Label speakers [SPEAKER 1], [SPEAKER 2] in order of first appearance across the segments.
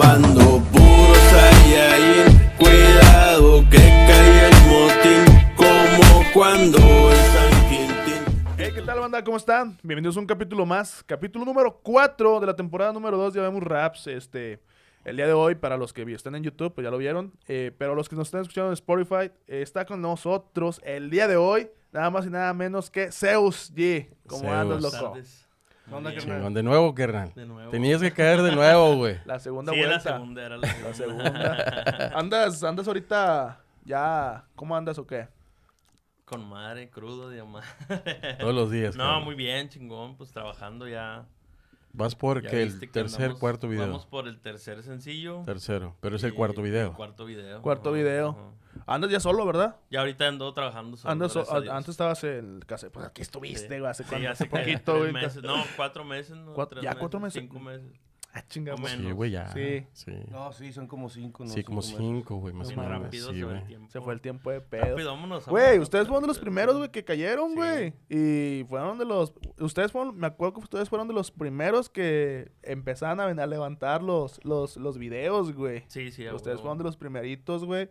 [SPEAKER 1] Bando puro Saiyajin, cuidado que cae el motín, como cuando el San Quintín.
[SPEAKER 2] Hey, ¿qué tal, banda? ¿Cómo están? Bienvenidos a un capítulo más, capítulo número 4 de la temporada número 2 de Vemos Raps. Este, el día de hoy, para los que vi- están en YouTube, pues ya lo vieron, eh, pero los que nos están escuchando en Spotify, eh, está con nosotros el día de hoy, nada más y nada menos que Zeus G. ¿Cómo andas,
[SPEAKER 3] Buenas
[SPEAKER 2] loco?
[SPEAKER 3] tardes. ¿Qué onda, carnal?
[SPEAKER 4] Chingón, de nuevo, carnal.
[SPEAKER 3] De nuevo.
[SPEAKER 4] Tenías que caer de nuevo, güey.
[SPEAKER 2] La segunda
[SPEAKER 3] Sí,
[SPEAKER 2] vuelta.
[SPEAKER 3] la segunda era la segunda.
[SPEAKER 2] segunda. andas, andas ahorita ya, ¿cómo andas o qué?
[SPEAKER 3] Con madre, crudo de madre.
[SPEAKER 4] Todos los días.
[SPEAKER 3] No,
[SPEAKER 4] carnal.
[SPEAKER 3] muy bien, chingón. Pues trabajando ya.
[SPEAKER 4] Vas
[SPEAKER 3] Ya
[SPEAKER 4] porque el
[SPEAKER 3] viste que
[SPEAKER 4] tercer,
[SPEAKER 3] andamos-
[SPEAKER 4] cuarto video.
[SPEAKER 3] Vamos por el tercer sencillo.
[SPEAKER 4] Tercero, pero es el
[SPEAKER 3] Y-
[SPEAKER 4] cuarto video.
[SPEAKER 3] Cuarto video.
[SPEAKER 2] Cuarto
[SPEAKER 3] ajá,
[SPEAKER 2] video.
[SPEAKER 3] ajá.
[SPEAKER 2] Andas ya solo, ¿verdad?
[SPEAKER 3] Ya ahorita ando trabajando solo,
[SPEAKER 2] Andas so-
[SPEAKER 3] gracias a Dios.
[SPEAKER 2] antes estabas en el cassette, pues aquí estuviste,
[SPEAKER 3] Sí.
[SPEAKER 2] güey, hace,
[SPEAKER 3] Sí,
[SPEAKER 2] cuánto-
[SPEAKER 3] hace
[SPEAKER 2] hace
[SPEAKER 3] como
[SPEAKER 2] poquito, güey.
[SPEAKER 3] tres meses, No, cuatro meses. No,
[SPEAKER 2] Cuat-
[SPEAKER 3] Tres
[SPEAKER 2] ya cuatro meses.
[SPEAKER 3] Cinco meses.
[SPEAKER 2] Ah, chingamos.
[SPEAKER 3] Como en-
[SPEAKER 4] Sí, güey, ya.
[SPEAKER 2] Sí.
[SPEAKER 4] Sí.
[SPEAKER 5] No, sí, son como cinco. No,
[SPEAKER 4] Sí, como
[SPEAKER 5] más.
[SPEAKER 4] cinco, güey, más o
[SPEAKER 3] Bien
[SPEAKER 4] menos.
[SPEAKER 3] rápido
[SPEAKER 4] sí,
[SPEAKER 3] se va
[SPEAKER 4] güey.
[SPEAKER 3] el tiempo.
[SPEAKER 2] Se fue el tiempo de pedo.
[SPEAKER 3] Rápido, vámonos.
[SPEAKER 2] Güey,
[SPEAKER 3] vámonos,
[SPEAKER 2] ustedes fueron de los
[SPEAKER 3] rápido.
[SPEAKER 2] primeros, güey, que cayeron,
[SPEAKER 3] Sí.
[SPEAKER 2] güey. Y fueron de los... Ustedes fueron... Me acuerdo que ustedes fueron de los primeros que empezaron a, ven- a levantar los, los, los videos, güey.
[SPEAKER 3] Sí, sí. a
[SPEAKER 2] ustedes
[SPEAKER 3] huevo.
[SPEAKER 2] fueron de los primeritos, güey.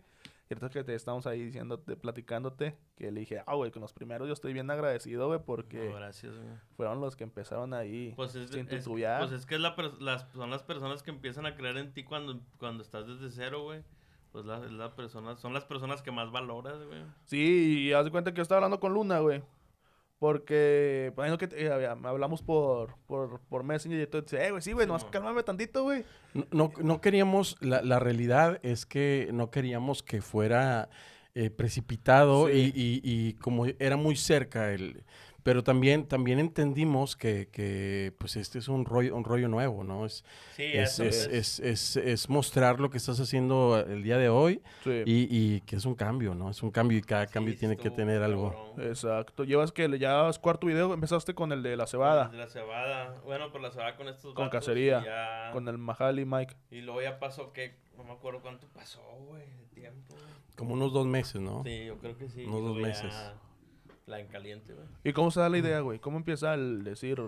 [SPEAKER 2] Y ahorita que te estamos ahí diciéndote, platicándote, que le dije, ah, güey, con los primeros yo estoy bien agradecido, güey, porque
[SPEAKER 3] No, gracias, güey.
[SPEAKER 2] fueron los que empezaron ahí
[SPEAKER 3] Pues es,
[SPEAKER 2] sin
[SPEAKER 3] es-
[SPEAKER 2] titubear.
[SPEAKER 3] pues es que es la pers- las, son las personas que empiezan a creer en ti cuando, cuando estás desde cero, güey. Pues la, es la persona- son las personas que más valoras, güey.
[SPEAKER 2] Sí, y haz de cuenta que yo estaba hablando con Luna, güey. Porque, pues, ahí no que te- eh, había- hablamos por, por, por Messenger y entonces dice, eh, güey, sí, güey, nomás
[SPEAKER 3] Simón.
[SPEAKER 2] cálmame tantito, güey.
[SPEAKER 4] No, no, no queríamos, la, la realidad es que no queríamos que fuera eh, precipitado
[SPEAKER 2] Sí.
[SPEAKER 4] y, y- y como era muy cerca el... Pero también, también entendimos que, que, pues este es un rollo, un rollo nuevo, ¿no? Es,
[SPEAKER 3] Sí,
[SPEAKER 4] es,
[SPEAKER 3] eso
[SPEAKER 4] es, es, es- es mostrar lo que estás haciendo eh, el día de hoy
[SPEAKER 2] Sí.
[SPEAKER 4] y, y que es un cambio, ¿no? Es un cambio y cada
[SPEAKER 3] Sí,
[SPEAKER 4] cambio
[SPEAKER 3] sí
[SPEAKER 4] tiene que
[SPEAKER 3] estuvo
[SPEAKER 4] tener algo.
[SPEAKER 3] cabrón. Eh,
[SPEAKER 2] Exacto. Llevas que le- ya es cuarto video, empezaste con el de la cebada,
[SPEAKER 3] Desde La cebada. Bueno, por la cebada con estos
[SPEAKER 2] Con
[SPEAKER 3] vatos,
[SPEAKER 2] Cacería,
[SPEAKER 3] y ya-
[SPEAKER 2] con el Mahal y Mike.
[SPEAKER 3] Y luego ya pasó que... No me acuerdo cuánto pasó, güey, de tiempo. güey.
[SPEAKER 4] Como unos dos meses, ¿no?
[SPEAKER 3] Sí, yo creo que sí.
[SPEAKER 4] Unos
[SPEAKER 3] y luego
[SPEAKER 4] dos
[SPEAKER 3] ya
[SPEAKER 4] meses.
[SPEAKER 3] La en caliente, güey.
[SPEAKER 2] ¿Y cómo se da la idea, güey? ¿Cómo empieza el decir,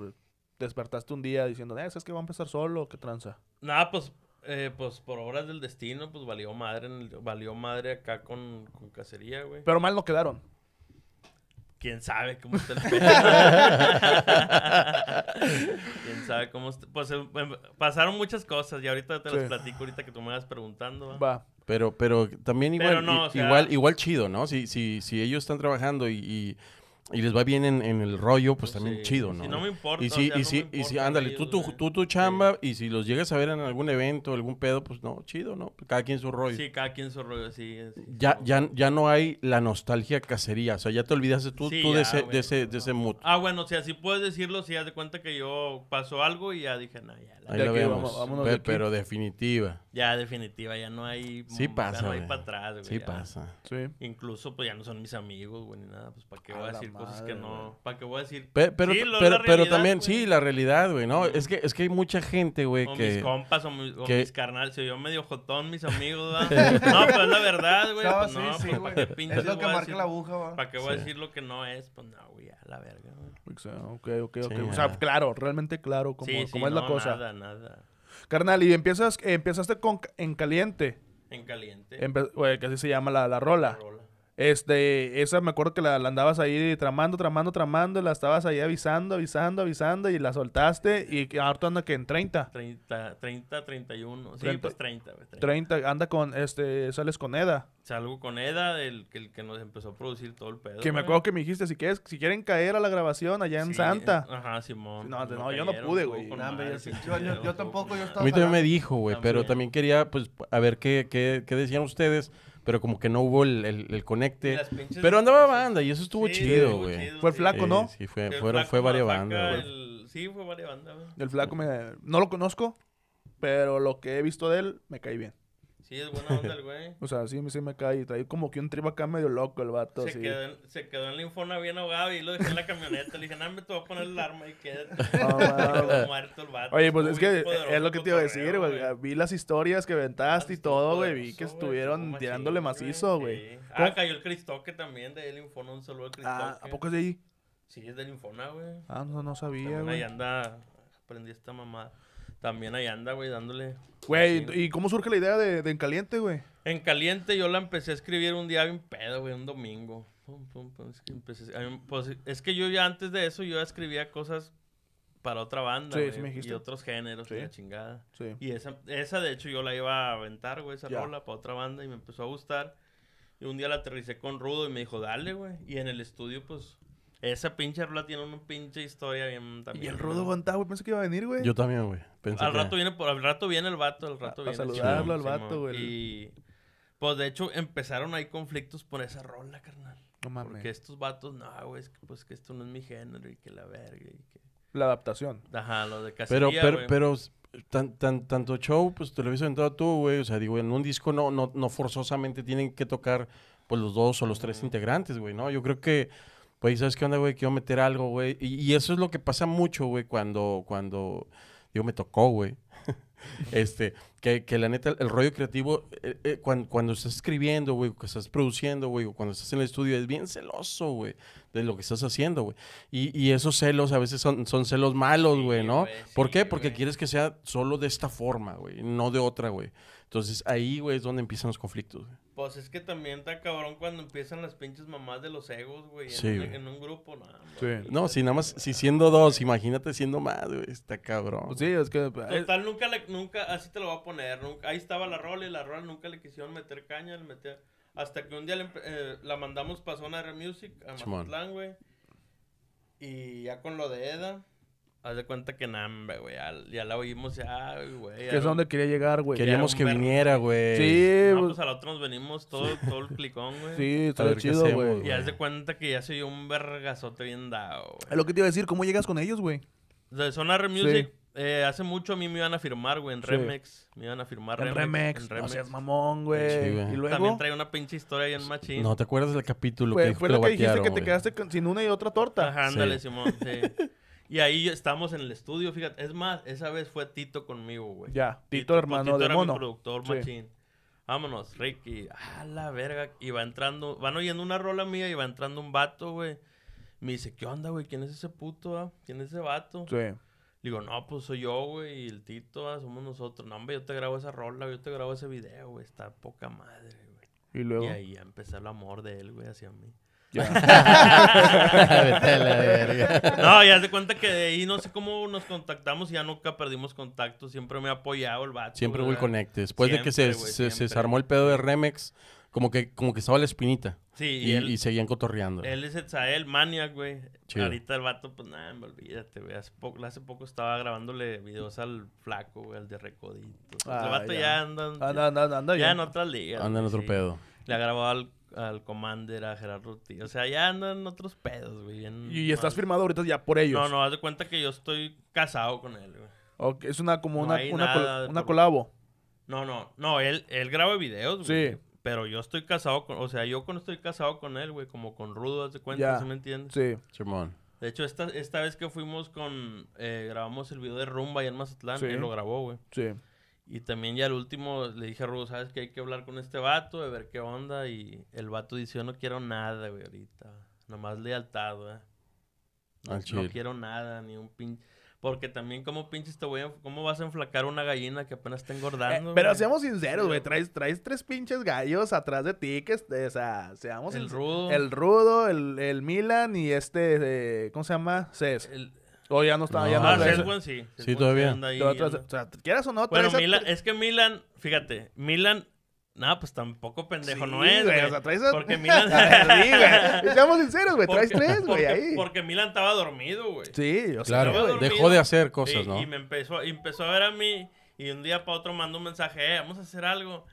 [SPEAKER 2] despertaste un día diciendo, eh, sabes que va a empezar solo, qué tranza?
[SPEAKER 3] Nada, pues, eh, pues por obras del destino, pues valió madre, en el- valió madre acá con, con cacería, güey.
[SPEAKER 2] Pero mal no quedaron.
[SPEAKER 3] ¿Quién sabe cómo está el pedo? ¿Quién sabe cómo está? Pues em, em, pasaron muchas cosas y ahorita te
[SPEAKER 2] Sí.
[SPEAKER 3] las platico ahorita que tú me vas preguntando. ¿va?
[SPEAKER 2] Va.
[SPEAKER 4] Pero, pero también igual,
[SPEAKER 3] Pero no,
[SPEAKER 4] i-
[SPEAKER 3] o sea-
[SPEAKER 4] igual, igual chido, ¿no? Si, si, si ellos están trabajando y, y, y les va bien en, en el rollo, pues también
[SPEAKER 3] sí.
[SPEAKER 4] chido, ¿no?
[SPEAKER 3] Si no me importa.
[SPEAKER 4] y
[SPEAKER 3] o
[SPEAKER 4] si,
[SPEAKER 3] sea,
[SPEAKER 4] y
[SPEAKER 3] no
[SPEAKER 4] si,
[SPEAKER 3] me
[SPEAKER 4] y si,
[SPEAKER 3] importan
[SPEAKER 4] ándale, tú,
[SPEAKER 3] ellos,
[SPEAKER 4] tu,
[SPEAKER 3] güey.
[SPEAKER 4] tú tu chamba y si los llegas a ver en algún evento, algún pedo, pues no, chido, ¿no? Cada quien su rollo.
[SPEAKER 3] Sí, cada quien su rollo, sí. sí,
[SPEAKER 4] Ya,
[SPEAKER 3] sí.
[SPEAKER 4] ya, ya no hay la nostalgia cacería, o sea, ya te olvidaste tú,
[SPEAKER 3] Sí,
[SPEAKER 4] tú
[SPEAKER 3] ya,
[SPEAKER 4] de, ese,
[SPEAKER 3] güey.
[SPEAKER 4] de, ese, de ese mood.
[SPEAKER 3] Ah, bueno, o sea, si puedes decirlo, si haz de cuenta que yo pasó algo y ya dije, no, ya, la-
[SPEAKER 4] Ahí
[SPEAKER 2] De
[SPEAKER 4] la
[SPEAKER 2] aquí,
[SPEAKER 4] vemos.
[SPEAKER 2] vamos- vámonos
[SPEAKER 4] Pe-
[SPEAKER 2] de aquí.
[SPEAKER 4] pero definitiva.
[SPEAKER 3] ya definitiva, ya no hay...
[SPEAKER 4] Sí
[SPEAKER 3] mm,
[SPEAKER 4] pasa,
[SPEAKER 3] Ya no hay
[SPEAKER 4] güey.
[SPEAKER 3] para atrás, güey.
[SPEAKER 4] Sí
[SPEAKER 3] ya.
[SPEAKER 4] pasa.
[SPEAKER 2] Sí.
[SPEAKER 3] Incluso, pues ya no son mis amigos, güey, ni nada. Pues, ¿para qué
[SPEAKER 2] A
[SPEAKER 3] voy a
[SPEAKER 2] la
[SPEAKER 3] decir cosas que
[SPEAKER 2] madre,
[SPEAKER 3] no...? ¿Para qué voy a decir...?
[SPEAKER 4] Pe- pero,
[SPEAKER 3] Sí, lo-
[SPEAKER 4] pero,
[SPEAKER 3] la
[SPEAKER 4] pero
[SPEAKER 3] realidad,
[SPEAKER 4] también,
[SPEAKER 3] güey.
[SPEAKER 4] sí, la realidad, güey, ¿no?
[SPEAKER 3] Ujú.
[SPEAKER 4] Es, que, es que hay mucha gente, güey,
[SPEAKER 3] O mis
[SPEAKER 4] que...
[SPEAKER 3] compas o, mi- o
[SPEAKER 4] que-
[SPEAKER 3] mis carnales. Se yo medio jotón, mis amigos, ¿verdad? no, pero es la verdad, güey.
[SPEAKER 5] No,
[SPEAKER 3] pues,
[SPEAKER 5] sí,
[SPEAKER 3] no,
[SPEAKER 5] sí,
[SPEAKER 3] pues, ¿para qué
[SPEAKER 5] güey.
[SPEAKER 3] pinches
[SPEAKER 5] Es lo que
[SPEAKER 3] voy a
[SPEAKER 5] marca
[SPEAKER 3] decir-
[SPEAKER 5] la aguja, va.
[SPEAKER 3] ¿Para qué voy a
[SPEAKER 4] Sí.
[SPEAKER 3] decir lo que no es? Pues no, güey, a la verga, güey.
[SPEAKER 2] Ok, ok, ok.
[SPEAKER 4] Sí,
[SPEAKER 2] o sea,
[SPEAKER 4] ya.
[SPEAKER 2] claro, realmente claro cómo,
[SPEAKER 3] Sí, sí,
[SPEAKER 2] cómo es la
[SPEAKER 3] no,
[SPEAKER 2] cosa.
[SPEAKER 3] nada, nada.
[SPEAKER 2] Carnal, y empiezas, empezaste con ca- En Caliente,
[SPEAKER 3] En caliente.
[SPEAKER 4] Em,
[SPEAKER 2] empe- güey, que así se llama la, la rola.
[SPEAKER 3] rola.
[SPEAKER 2] Este, esa me acuerdo que la, la andabas ahí tramando, tramando, tramando, la estabas ahí avisando, avisando, avisando y la soltaste y que ahorita anda que en 30.
[SPEAKER 3] 30, 30, 31. Sí,
[SPEAKER 2] Treinta.
[SPEAKER 3] pues 30, güey. 30.
[SPEAKER 2] 30, anda con, este, sales con Eda.
[SPEAKER 3] Salgo con Eda, el, que- el que nos empezó a producir todo el pedo.
[SPEAKER 2] Que me
[SPEAKER 3] güey.
[SPEAKER 2] acuerdo que me dijiste, si quieres, si quieren caer a la grabación allá en
[SPEAKER 3] Sí,
[SPEAKER 2] Santa.
[SPEAKER 3] eh, Ajá, Simón.
[SPEAKER 2] No, no, yo no pude, güey.
[SPEAKER 3] estuvo con
[SPEAKER 5] Nah, hombre,
[SPEAKER 3] madre,
[SPEAKER 5] yo sí.
[SPEAKER 3] pinche
[SPEAKER 5] Yo- yo-
[SPEAKER 3] video,
[SPEAKER 5] yo
[SPEAKER 3] estuvo
[SPEAKER 5] tampoco,
[SPEAKER 3] con
[SPEAKER 5] yo
[SPEAKER 4] A
[SPEAKER 3] madre.
[SPEAKER 5] estaba-
[SPEAKER 4] mí también me dijo, güey, pero
[SPEAKER 3] También.
[SPEAKER 4] también quería, pues, a ver qué, qué, qué decían ustedes, pero como que no hubo el, el- el
[SPEAKER 3] Y
[SPEAKER 4] conecte.
[SPEAKER 3] las pinches
[SPEAKER 4] Pero andaba
[SPEAKER 3] discusiones.
[SPEAKER 4] banda y eso estuvo
[SPEAKER 3] Sí,
[SPEAKER 4] chido,
[SPEAKER 3] estuvo
[SPEAKER 4] güey.
[SPEAKER 3] chido,
[SPEAKER 2] Fue el
[SPEAKER 3] sí.
[SPEAKER 2] flaco,
[SPEAKER 4] Eh,
[SPEAKER 2] ¿no?
[SPEAKER 4] Sí, fue,
[SPEAKER 3] Sí, el
[SPEAKER 4] fueron,
[SPEAKER 3] flaco
[SPEAKER 4] fue varias
[SPEAKER 3] Mazaca,
[SPEAKER 4] bandas, güey.
[SPEAKER 3] el- Sí, fue varias bandas, güey.
[SPEAKER 2] El flaco me, no lo conozco, pero lo que he visto de él, me cae bien.
[SPEAKER 3] Sí, es buena onda el güey.
[SPEAKER 2] O sea, sí, sí me cae y trae como que un tribo acá medio loco el vato.
[SPEAKER 3] Se
[SPEAKER 2] sí.
[SPEAKER 3] quedó, en, se quedó en la infona bien ahogado y lo dejé en la camioneta. Le dije, no, me te voy a poner el arma y quédate.
[SPEAKER 2] No, mames.
[SPEAKER 3] muerto el
[SPEAKER 2] Ah,
[SPEAKER 3] vato.
[SPEAKER 2] Oye, pues
[SPEAKER 3] Estuvo
[SPEAKER 2] es que
[SPEAKER 3] bien poderoso
[SPEAKER 2] es lo que te iba a
[SPEAKER 3] el
[SPEAKER 2] decir,
[SPEAKER 3] cotorreo,
[SPEAKER 2] güey. Vi las historias que aventaste y
[SPEAKER 3] Estuvo
[SPEAKER 2] todo, güey. Vi
[SPEAKER 3] poderoso,
[SPEAKER 2] que
[SPEAKER 3] güey,
[SPEAKER 2] estuvieron
[SPEAKER 3] estuvo machín,
[SPEAKER 2] tirándole
[SPEAKER 3] güey.
[SPEAKER 2] macizo, güey.
[SPEAKER 3] Sí.
[SPEAKER 2] ¿Cómo-
[SPEAKER 3] Ah, cayó el Cristoque también de él Infona. Un saludo al Cristoque.
[SPEAKER 2] Ah, ¿A poco es de ahí?
[SPEAKER 3] Sí, es del Infona, güey.
[SPEAKER 2] Ah, no, no sabía,
[SPEAKER 3] También ahí
[SPEAKER 2] güey.
[SPEAKER 3] anda. Aprendí esta mamada. También ahí anda, güey, dándole.
[SPEAKER 2] Güey,
[SPEAKER 3] Sí.
[SPEAKER 2] ¿y cómo surge la idea de, de En Caliente, güey?
[SPEAKER 3] En caliente yo la empecé a escribir un día bien pedo, güey, un domingo. Pum, pum, pum, es, que empecé- a mí, pues, es que yo ya antes de eso yo ya escribía cosas para otra banda
[SPEAKER 2] Sí,
[SPEAKER 3] güey,
[SPEAKER 2] sí me dijiste.
[SPEAKER 3] y otros géneros, y
[SPEAKER 2] Sí.
[SPEAKER 3] la chingada.
[SPEAKER 2] Sí.
[SPEAKER 3] Y esa, esa de hecho yo la iba a aventar, güey, esa
[SPEAKER 2] Ya.
[SPEAKER 3] rola para otra banda y me empezó a gustar. Y un día la aterricé con Rudo y me dijo, dale, güey. Y en el estudio, pues, esa pinche rola tiene una pinche historia bien también.
[SPEAKER 2] y el
[SPEAKER 3] ¿no?
[SPEAKER 2] rodo aguantaba, güey. Pensé que iba a venir, güey.
[SPEAKER 4] Yo también, güey. Pensé
[SPEAKER 3] Al
[SPEAKER 4] que-
[SPEAKER 3] rato viene, por- al rato viene el vato, al
[SPEAKER 2] Pa-
[SPEAKER 3] rato
[SPEAKER 2] pa
[SPEAKER 3] viene. el
[SPEAKER 2] saludarlo
[SPEAKER 3] chingón,
[SPEAKER 2] al vato,
[SPEAKER 3] Simón.
[SPEAKER 2] güey.
[SPEAKER 3] Y pues de hecho empezaron ahí conflictos por esa rola, carnal.
[SPEAKER 2] No mames.
[SPEAKER 3] Porque estos vatos, no, güey, es que, pues que esto no es mi género y que la verga y que...
[SPEAKER 2] La adaptación.
[SPEAKER 3] Ajá, lo de
[SPEAKER 4] Pero,
[SPEAKER 3] cacería,
[SPEAKER 4] pero,
[SPEAKER 3] güey.
[SPEAKER 4] pero s- tan, tan, tanto show, pues te lo habías aventado tú, güey. O sea, digo, en un disco no, no, no forzosamente tienen que tocar pues los dos o los tres integrantes, güey, ¿no? Yo creo que, pues, ¿sabes qué onda, güey? Quiero meter algo, güey. Y, y eso es lo que pasa mucho, güey, cuando, cuando, digo, me tocó, güey. este, que, que la neta, el rollo creativo, eh, eh, cuan- cuando, estás escribiendo, güey, o que estás produciendo, güey, o cuando estás en el estudio, es bien celoso, güey, de lo que estás haciendo, güey. Y, y esos celos a veces son, son celos malos,
[SPEAKER 3] Sí,
[SPEAKER 4] güey, ¿no?
[SPEAKER 3] güey,
[SPEAKER 4] ¿Por
[SPEAKER 3] sí,
[SPEAKER 4] qué? Porque
[SPEAKER 3] güey.
[SPEAKER 4] quieres que sea solo de esta forma, güey, no de otra, güey. Entonces ahí, güey, es donde empiezan los conflictos, güey.
[SPEAKER 3] Pues es que también está cabrón cuando empiezan las pinches mamás de los egos, güey.
[SPEAKER 4] Sí,
[SPEAKER 3] en, un-
[SPEAKER 4] güey.
[SPEAKER 3] en un grupo, no. hombre,
[SPEAKER 2] Sí.
[SPEAKER 3] ahorita
[SPEAKER 4] No, si nada más,
[SPEAKER 3] está-
[SPEAKER 4] si siendo dos, imagínate siendo más, güey, está cabrón.
[SPEAKER 2] Pues sí, es que. eh,
[SPEAKER 3] Total, nunca, le, nunca, así te lo voy a poner. Nunca, ahí estaba la rola y la rola nunca le quisieron meter caña. Le meter, hasta que un día le empe- eh, la mandamos para Zona R Music a
[SPEAKER 4] Simón.
[SPEAKER 3] Mazatlán, güey. Y ya con lo de Eda, haz de cuenta que nambe, güey. Ya, ya la oímos, ya, güey. ya
[SPEAKER 2] que es
[SPEAKER 3] no-
[SPEAKER 2] donde quería llegar, güey.
[SPEAKER 4] Queríamos
[SPEAKER 3] un
[SPEAKER 4] que
[SPEAKER 3] verbo.
[SPEAKER 4] viniera, güey.
[SPEAKER 2] Sí,
[SPEAKER 3] No,
[SPEAKER 2] pues,
[SPEAKER 3] pues a la otra nos venimos todo, todo el clicón, güey.
[SPEAKER 2] sí,
[SPEAKER 4] A
[SPEAKER 2] está
[SPEAKER 4] ver qué
[SPEAKER 2] chido,
[SPEAKER 4] hacemos,
[SPEAKER 2] güey.
[SPEAKER 3] Y
[SPEAKER 4] güey.
[SPEAKER 3] haz de cuenta que ya se dio un vergazote bien dado,
[SPEAKER 2] Es
[SPEAKER 3] güey.
[SPEAKER 2] lo que te iba a decir, ¿cómo llegas con ellos, güey?
[SPEAKER 3] De Zona R Music, eh, hace mucho a mí me iban a firmar, güey, en
[SPEAKER 2] Sí.
[SPEAKER 3] Remex. Me iban a firmar
[SPEAKER 2] En Remex.
[SPEAKER 3] en
[SPEAKER 2] No
[SPEAKER 3] Remex.
[SPEAKER 2] seas mamón,
[SPEAKER 4] Sí,
[SPEAKER 2] güey.
[SPEAKER 4] güey.
[SPEAKER 2] y luego.
[SPEAKER 3] También trae una pinche historia bien machín.
[SPEAKER 4] No, ¿te acuerdas del capítulo que
[SPEAKER 2] Fue,
[SPEAKER 4] dijo
[SPEAKER 2] fue
[SPEAKER 4] que
[SPEAKER 2] lo
[SPEAKER 4] lo
[SPEAKER 2] que dijiste que
[SPEAKER 4] batearon,
[SPEAKER 2] te
[SPEAKER 4] güey?
[SPEAKER 2] quedaste con- sin una y otra torta.
[SPEAKER 3] Ajá, ándale,
[SPEAKER 4] Sí.
[SPEAKER 3] Simón, sí. Y ahí estamos en el estudio, fíjate. Es más, esa vez fue Tito conmigo, güey.
[SPEAKER 2] Ya, Tito, hermano de
[SPEAKER 3] era mi
[SPEAKER 2] Mono.
[SPEAKER 3] productor
[SPEAKER 2] Sí.
[SPEAKER 3] machín. Vámonos, Ricky. A la verga. Y va entrando, van oyendo una rola mía y va entrando un vato, güey. Me dice, ¿qué onda, güey? ¿Quién es ese puto? ah? ¿Quién es ese vato?
[SPEAKER 2] Sí.
[SPEAKER 3] Le Digo, no, pues soy yo, güey, y el Tito, ah, somos nosotros. No, hombre, yo te grabo esa rola, güey, yo te grabo ese video, güey, está poca madre,
[SPEAKER 2] Y
[SPEAKER 3] güey.
[SPEAKER 2] luego.
[SPEAKER 3] Y ahí ya empezó el amor de él, güey, hacia mí.
[SPEAKER 2] Ya.
[SPEAKER 4] Vete a la verga.
[SPEAKER 3] No, ya se cuenta que de ahí no sé cómo nos contactamos y ya nunca perdimos contacto. Siempre me ha apoyado el vato.
[SPEAKER 4] Siempre hubo
[SPEAKER 3] güey.
[SPEAKER 4] el conecte. Después de que se,
[SPEAKER 3] Siempre, güey,
[SPEAKER 4] se, se
[SPEAKER 3] siempre.
[SPEAKER 4] desarmó el pedo de Remex, como que, como que estaba la espinita.
[SPEAKER 3] Sí, y,
[SPEAKER 4] Y,
[SPEAKER 3] él,
[SPEAKER 4] y seguían cotorreando.
[SPEAKER 3] él es Etzael, Maniac, güey.
[SPEAKER 4] Chido.
[SPEAKER 3] Ahorita el vato, pues nada, me olvídate, güey. Hace poco, hace poco estaba grabándole videos al flaco, güey, al de Recodito.
[SPEAKER 2] Ah,
[SPEAKER 3] el vato
[SPEAKER 2] ya.
[SPEAKER 3] ya, anda,
[SPEAKER 2] Anda, anda, anda.
[SPEAKER 3] ya
[SPEAKER 2] Ya
[SPEAKER 3] en otras ligas.
[SPEAKER 4] Andan
[SPEAKER 3] güey,
[SPEAKER 4] otro
[SPEAKER 3] sí.
[SPEAKER 4] pedo.
[SPEAKER 3] Le ha grabado al, al Commander, a Gerardo T. O sea, ya andan otros pedos, güey. bien
[SPEAKER 2] Y estás
[SPEAKER 3] mal.
[SPEAKER 2] firmado ahorita ya por ellos.
[SPEAKER 3] No, no, haz de cuenta que yo estoy casado con él, güey.
[SPEAKER 2] Ok, es una como
[SPEAKER 3] No
[SPEAKER 2] una,
[SPEAKER 3] hay
[SPEAKER 2] una, col-
[SPEAKER 3] nada de
[SPEAKER 2] una
[SPEAKER 3] por-
[SPEAKER 2] colabo.
[SPEAKER 3] No, no, no, él, él graba videos, güey.
[SPEAKER 2] Sí.
[SPEAKER 3] Pero yo estoy casado con, o sea, yo cuando estoy casado con él, güey, como con Rudo, haz de cuenta,
[SPEAKER 2] Ya.
[SPEAKER 3] ¿sí me entiendes?
[SPEAKER 2] Sí.
[SPEAKER 4] Simón.
[SPEAKER 3] De hecho, esta, esta vez que fuimos con, eh, grabamos el video de Rumba allá en Mazatlán,
[SPEAKER 2] Sí.
[SPEAKER 3] él lo grabó, güey.
[SPEAKER 2] Sí.
[SPEAKER 3] Y también ya el último le dije a Rudo, ¿sabes que Hay que hablar con este vato, de ver qué onda. Y el vato dice, yo no quiero nada, güey, ahorita. Nomás lealtad, güey. No,
[SPEAKER 4] Al
[SPEAKER 3] no
[SPEAKER 4] chile.
[SPEAKER 3] quiero nada, ni un pinche... Porque también, ¿cómo pinches te voy a... ¿Cómo vas a enflacar una gallina que apenas está
[SPEAKER 2] Eh,
[SPEAKER 3] engordando?
[SPEAKER 2] pero
[SPEAKER 3] güey?
[SPEAKER 2] seamos sinceros, güey.
[SPEAKER 3] Sí.
[SPEAKER 2] Traes, traes tres pinches gallos atrás de ti. Que, este, o sea, seamos
[SPEAKER 3] El
[SPEAKER 2] sinceros.
[SPEAKER 3] rudo.
[SPEAKER 2] El Rudo, el, el Milan y este, eh, ¿cómo se llama? Ces.
[SPEAKER 3] el-
[SPEAKER 2] O ya no está,
[SPEAKER 4] No.
[SPEAKER 2] ya no
[SPEAKER 3] Ah,
[SPEAKER 4] anda-
[SPEAKER 2] traes-
[SPEAKER 3] Selwyn sí.
[SPEAKER 4] Sí,
[SPEAKER 3] Selwyn
[SPEAKER 4] todavía.
[SPEAKER 3] anda ahí
[SPEAKER 2] te otras-
[SPEAKER 3] anda.
[SPEAKER 2] o sea, quieras o no,
[SPEAKER 3] Bueno,
[SPEAKER 2] traes a-
[SPEAKER 3] Milan, es que Milan, fíjate, Milan... Nah, pues tampoco pendejo
[SPEAKER 2] Sí,
[SPEAKER 3] no es,
[SPEAKER 2] güey,
[SPEAKER 3] güey.
[SPEAKER 2] o sea, traes a-
[SPEAKER 3] Porque Milan...
[SPEAKER 2] Sí, güey. Seamos sinceros, güey. Traes
[SPEAKER 3] Porque-
[SPEAKER 2] tres, güey,
[SPEAKER 3] porque-
[SPEAKER 2] ahí.
[SPEAKER 3] Porque Milan estaba dormido, güey.
[SPEAKER 2] Sí, yo sé,
[SPEAKER 3] Estaba
[SPEAKER 4] Claro,
[SPEAKER 2] güey.
[SPEAKER 3] dormido.
[SPEAKER 4] dejó de hacer cosas,
[SPEAKER 3] Sí,
[SPEAKER 4] ¿no?
[SPEAKER 3] Y me empezó, y empezó a ver a mí y un día para otro mandó un mensaje, eh, vamos a hacer algo.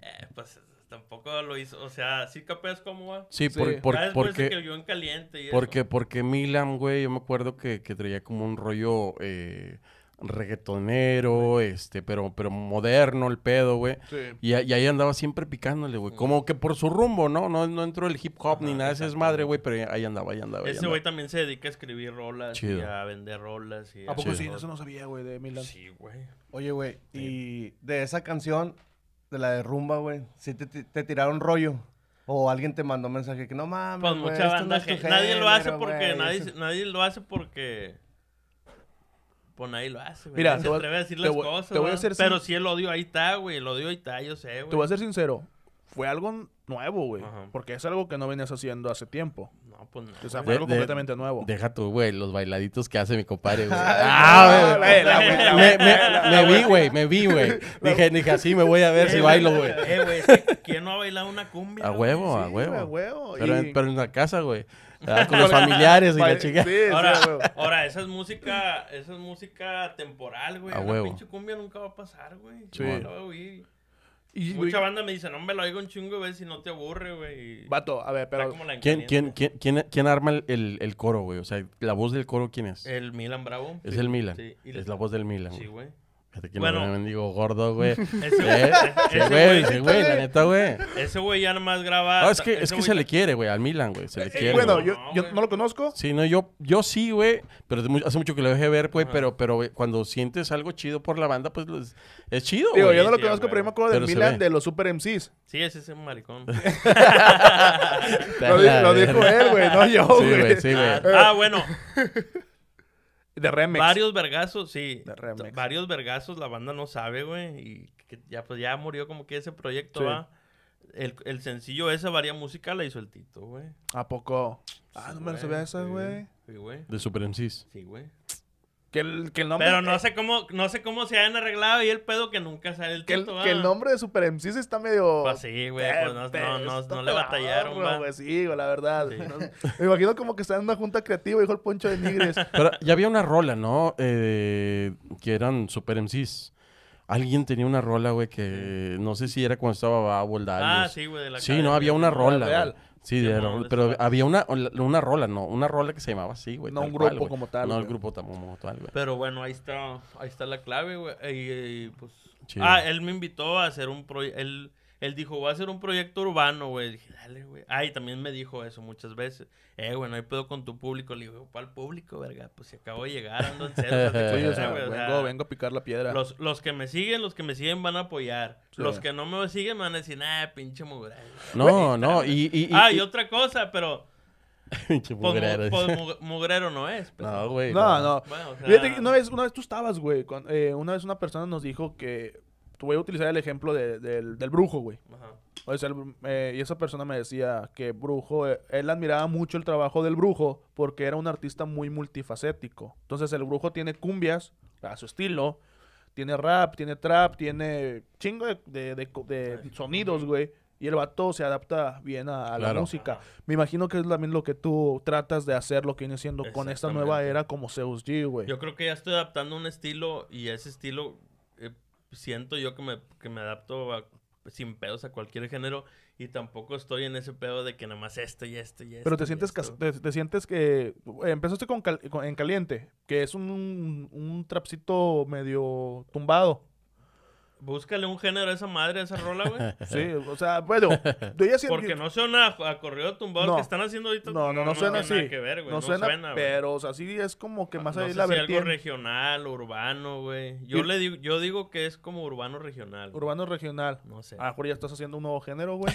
[SPEAKER 3] Eh, pues tampoco lo hizo, o sea, sí capaz cómo va.
[SPEAKER 4] Sí, por-
[SPEAKER 2] Sí.
[SPEAKER 4] por-
[SPEAKER 3] Ya después se
[SPEAKER 4] porque,
[SPEAKER 3] cayó en caliente y eso.
[SPEAKER 4] porque, porque Milan, güey, yo me acuerdo que, que traía como un rollo eh, reggaetonero, este, pero, pero moderno el pedo, güey.
[SPEAKER 2] Sí.
[SPEAKER 4] Y, a- y ahí andaba siempre picándole, güey. Como que por su rumbo, ¿no? No, no entró el hip hop ni
[SPEAKER 3] Ajá,
[SPEAKER 4] nada de ese desmadre, güey, pero ahí andaba, ahí andaba. ahí
[SPEAKER 3] Ese
[SPEAKER 4] andaba.
[SPEAKER 3] güey también se dedica a escribir rolas y
[SPEAKER 4] Chido.
[SPEAKER 3] a vender rolas. Y
[SPEAKER 2] ¿A poco
[SPEAKER 4] Sí.
[SPEAKER 2] sí? Eso no sabía, güey, de Milan.
[SPEAKER 3] Sí, güey.
[SPEAKER 5] Oye, güey, y de esa canción, de la de Rumba, güey, si te, te- te tiraron rollo. O alguien te mandó mensaje que no mames.
[SPEAKER 3] Pues
[SPEAKER 5] güey,
[SPEAKER 3] mucha
[SPEAKER 5] esto no
[SPEAKER 3] banda,
[SPEAKER 5] es tu
[SPEAKER 3] gen- nadie lo hace
[SPEAKER 5] género,
[SPEAKER 3] porque
[SPEAKER 5] güey,
[SPEAKER 3] nadie,
[SPEAKER 5] eso-
[SPEAKER 3] nadie lo hace porque Pues nadie lo hace, güey.
[SPEAKER 2] Mira, te
[SPEAKER 3] Nadie se
[SPEAKER 2] voy a-
[SPEAKER 3] atreve a decir
[SPEAKER 2] te
[SPEAKER 3] las
[SPEAKER 2] voy-
[SPEAKER 3] cosas,
[SPEAKER 2] te voy a
[SPEAKER 3] ¿va?
[SPEAKER 2] ser sin-
[SPEAKER 3] Pero sí el odio ahí está, güey. El odio ahí está, yo sé, güey.
[SPEAKER 2] Te voy a ser sincero, fue algo nuevo, güey.
[SPEAKER 3] Ajá.
[SPEAKER 2] Porque es algo que no venías haciendo hace tiempo.
[SPEAKER 3] No, pues no.
[SPEAKER 2] O sea, fue
[SPEAKER 3] güey.
[SPEAKER 4] De-
[SPEAKER 2] algo
[SPEAKER 4] de-
[SPEAKER 2] completamente nuevo.
[SPEAKER 4] Deja tú, güey, los bailaditos que hace mi compadre, güey.
[SPEAKER 2] Ah,
[SPEAKER 4] ah, güey.
[SPEAKER 2] la- la- la-
[SPEAKER 4] Me, me- me vi, güey, me vi, güey. Dije, dije, así me voy a ver si
[SPEAKER 3] Eh,
[SPEAKER 4] bailo,
[SPEAKER 3] güey,
[SPEAKER 4] güey.
[SPEAKER 3] Eh, güey, es que ¿quién no ha bailado una cumbia?
[SPEAKER 4] A
[SPEAKER 3] no,
[SPEAKER 4] huevo,
[SPEAKER 2] Sí,
[SPEAKER 4] a
[SPEAKER 2] güey,
[SPEAKER 4] huevo.
[SPEAKER 2] huevo.
[SPEAKER 4] Pero,
[SPEAKER 2] Y-
[SPEAKER 4] en, pero en la casa, güey. Ah, Con los familiares y la
[SPEAKER 2] Vale,
[SPEAKER 4] chica.
[SPEAKER 2] Sí, sí,
[SPEAKER 3] Ahora,
[SPEAKER 2] a huevo.
[SPEAKER 3] ahora, esa es música, esa es música temporal, güey.
[SPEAKER 4] A
[SPEAKER 3] Una
[SPEAKER 4] huevo.
[SPEAKER 3] pinche cumbia nunca va a pasar, güey.
[SPEAKER 2] Sí.
[SPEAKER 3] No la va a oír.
[SPEAKER 2] Y, güey,
[SPEAKER 3] Mucha banda me dice, no me lo oigo un chingo, güey, si no te aburre, güey. Y
[SPEAKER 2] Vato, a ver,
[SPEAKER 3] está
[SPEAKER 2] pero.
[SPEAKER 3] como la
[SPEAKER 4] ¿Quién, quién,
[SPEAKER 3] encomienda.
[SPEAKER 4] quién, quién, quién arma el, el- el coro, güey? O sea, la voz del coro, ¿quién es?
[SPEAKER 3] El Milan Bravo.
[SPEAKER 4] es
[SPEAKER 3] Eh, Sí.
[SPEAKER 4] el Milan.
[SPEAKER 3] Sí, y-
[SPEAKER 4] Es la voz del Milan.
[SPEAKER 3] Sí,
[SPEAKER 4] güey.
[SPEAKER 3] güey.
[SPEAKER 4] Fíjate que
[SPEAKER 3] Bueno.
[SPEAKER 4] no me bendigo gordo, güey.
[SPEAKER 3] Ese güey,
[SPEAKER 4] ¿Eh? Sí,
[SPEAKER 3] ese
[SPEAKER 4] güey, sí,
[SPEAKER 3] güey-
[SPEAKER 4] güey, la neta, güey.
[SPEAKER 3] ese güey ya nomás graba.
[SPEAKER 4] No, es que,
[SPEAKER 3] ese
[SPEAKER 4] es que
[SPEAKER 3] güey
[SPEAKER 4] se le
[SPEAKER 3] ya-
[SPEAKER 4] quiere, güey, al Milan, güey. Se le
[SPEAKER 2] Eh,
[SPEAKER 4] quiere.
[SPEAKER 2] bueno,
[SPEAKER 4] güey.
[SPEAKER 2] yo,
[SPEAKER 3] No,
[SPEAKER 2] yo
[SPEAKER 3] güey.
[SPEAKER 2] no lo conozco.
[SPEAKER 4] Sí, no, yo, yo sí, güey, pero es mu- hace mucho que lo dejé ver, güey,
[SPEAKER 3] Ajá.
[SPEAKER 4] pero, pero güey, cuando sientes algo chido por la banda, pues los- es chido,
[SPEAKER 2] Digo,
[SPEAKER 4] güey.
[SPEAKER 2] yo no lo
[SPEAKER 3] sí, a
[SPEAKER 2] conozco,
[SPEAKER 3] huevo.
[SPEAKER 2] pero yo me acuerdo del
[SPEAKER 4] Pero se
[SPEAKER 2] Milan
[SPEAKER 4] ve.
[SPEAKER 2] de los Super MCs.
[SPEAKER 3] Sí, ese es un maricón.
[SPEAKER 4] Está
[SPEAKER 2] Lo, di-
[SPEAKER 4] la
[SPEAKER 2] lo
[SPEAKER 4] verga.
[SPEAKER 2] dijo él, güey, no yo,
[SPEAKER 4] Sí,
[SPEAKER 2] güey.
[SPEAKER 4] güey, sí,
[SPEAKER 3] ah,
[SPEAKER 4] güey.
[SPEAKER 3] ah, bueno,
[SPEAKER 2] De Remex.
[SPEAKER 3] Varios vergazos, sí.
[SPEAKER 2] De remix.
[SPEAKER 3] Varios vergazos la banda no sabe, güey. Y que ya, pues ya murió como que ese proyecto
[SPEAKER 2] Sí.
[SPEAKER 3] va. El, el sencillo esa varía música la hizo el Tito, güey.
[SPEAKER 2] ¿A poco? Ah,
[SPEAKER 3] Sí,
[SPEAKER 2] no me lo
[SPEAKER 3] güey,
[SPEAKER 2] sabía esa,
[SPEAKER 3] sí,
[SPEAKER 2] güey.
[SPEAKER 3] Sí, güey.
[SPEAKER 4] De Super MCs.
[SPEAKER 3] Sí, güey.
[SPEAKER 2] Que el, que el nombre.
[SPEAKER 3] Pero no sé cómo, no sé cómo se han arreglado y el pedo que nunca sale el
[SPEAKER 2] Que el,
[SPEAKER 3] Tito, va.
[SPEAKER 2] que el nombre de Super MCs está medio.
[SPEAKER 3] Pues sí, güey. Pues no,
[SPEAKER 2] Pe-
[SPEAKER 3] no, no,
[SPEAKER 2] está
[SPEAKER 3] no le batallaron,
[SPEAKER 2] pedorro,
[SPEAKER 3] va.
[SPEAKER 2] güey. Sí, güey, la verdad.
[SPEAKER 3] Sí.
[SPEAKER 2] No- me imagino como que está en una junta creativa, dijo el Poncho de Nigres.
[SPEAKER 4] Pero ya había una rola, ¿no? Eh, que eran Super MCs. Alguien tenía una rola, güey, que no sé si era cuando estaba Babo el
[SPEAKER 3] Ah,
[SPEAKER 4] Darius.
[SPEAKER 3] sí, güey. de la
[SPEAKER 4] Sí,
[SPEAKER 3] cadena,
[SPEAKER 4] no, había
[SPEAKER 3] güey.
[SPEAKER 4] una rola,
[SPEAKER 2] real.
[SPEAKER 4] güey. Sí, de
[SPEAKER 3] Simón,
[SPEAKER 4] rol-
[SPEAKER 3] de
[SPEAKER 4] pero
[SPEAKER 3] esos
[SPEAKER 4] había una, una rola, no, una rola que se llamaba así, güey.
[SPEAKER 2] No
[SPEAKER 4] tal
[SPEAKER 2] un
[SPEAKER 4] cual,
[SPEAKER 2] grupo
[SPEAKER 4] güey.
[SPEAKER 2] como tal,
[SPEAKER 4] No, el
[SPEAKER 2] güey.
[SPEAKER 4] grupo tampoco como tal, güey.
[SPEAKER 3] Pero bueno, ahí está, ahí está la clave, güey. Y, y, pues...
[SPEAKER 4] Chido.
[SPEAKER 3] Ah, él me invitó a hacer un proyecto. Él, él dijo, voy a hacer un proyecto urbano, güey. Dije, dale, güey. Ah, y también me dijo eso muchas veces. Eh, güey, no hay pedo con tu público. Le digo, ¿cuál público, verga? Pues si acabo de llegar, ando en ceros.
[SPEAKER 4] Sí,
[SPEAKER 2] Oye,
[SPEAKER 4] o
[SPEAKER 2] o sea,
[SPEAKER 3] "Ah, güey, o sea,
[SPEAKER 2] vengo, vengo a picar la piedra.
[SPEAKER 3] Los, los que me siguen, los que me siguen van a apoyar.
[SPEAKER 2] Sí.
[SPEAKER 3] Los que no me siguen me van a decir, nah, pinche mugre.
[SPEAKER 4] No, no, y... y, y-
[SPEAKER 3] Ah, y
[SPEAKER 4] y-
[SPEAKER 3] otra cosa, pero...
[SPEAKER 4] Pinche
[SPEAKER 3] Pues, mu-
[SPEAKER 4] mugrero.
[SPEAKER 3] pues, mu- mugrero no es. pero-
[SPEAKER 4] No, güey.
[SPEAKER 2] No, no.
[SPEAKER 3] Bueno, o sea-
[SPEAKER 2] Fíjate que una vez, una vez tú estabas, güey. cuan- eh, una vez una persona nos dijo que. Tú voy a utilizar el ejemplo de- del, del brujo, güey.
[SPEAKER 3] Ajá.
[SPEAKER 2] O sea, el br- eh, y esa persona me decía que Brujo, eh, él admiraba mucho el trabajo del Brujo porque era un artista muy multifacético. Entonces el Brujo tiene cumbias a su estilo, tiene rap, tiene trap, tiene chingo de, de- de co- de sonidos, güey. Y el vato se adapta bien a, a la
[SPEAKER 4] Claro.
[SPEAKER 2] música. Me imagino que es también lo que tú tratas de hacer, lo que viene siendo con esta nueva
[SPEAKER 3] Exactamente.
[SPEAKER 2] era como Zeus G, güey.
[SPEAKER 3] Yo creo que ya estoy adaptando un estilo y ese estilo eh, siento yo que me, que me adapto a- sin pedos a cualquier género y tampoco estoy en ese pedo de que nada más esto y esto y esto.
[SPEAKER 2] Pero te
[SPEAKER 3] y
[SPEAKER 2] sientes,
[SPEAKER 3] Este, esto.
[SPEAKER 2] cas- te, te sientes que eh, empezaste con, cal- con- en caliente, que es un, un trapcito medio tumbado.
[SPEAKER 3] Búscale un género a esa madre, a esa rola, güey.
[SPEAKER 2] Sí, o sea, bueno, yo ya siento-
[SPEAKER 3] Porque no suena a, a corrido tumbado
[SPEAKER 2] No.
[SPEAKER 3] que están haciendo ahorita.
[SPEAKER 2] no, no, no suena
[SPEAKER 3] tiene nada
[SPEAKER 2] así.
[SPEAKER 3] que ver, güey.
[SPEAKER 2] no, suena,
[SPEAKER 3] güey. Ah,
[SPEAKER 2] pero o sea, sí es como que más
[SPEAKER 3] no
[SPEAKER 2] allá
[SPEAKER 3] sé
[SPEAKER 2] la
[SPEAKER 3] si algo
[SPEAKER 2] vertiente
[SPEAKER 3] regional, urbano, güey. Yo
[SPEAKER 2] Y-
[SPEAKER 3] le digo, yo digo que es como urbano regional. güey.
[SPEAKER 2] urbano regional.
[SPEAKER 3] No sé.
[SPEAKER 2] A lo mejor ya estás haciendo un nuevo género, güey.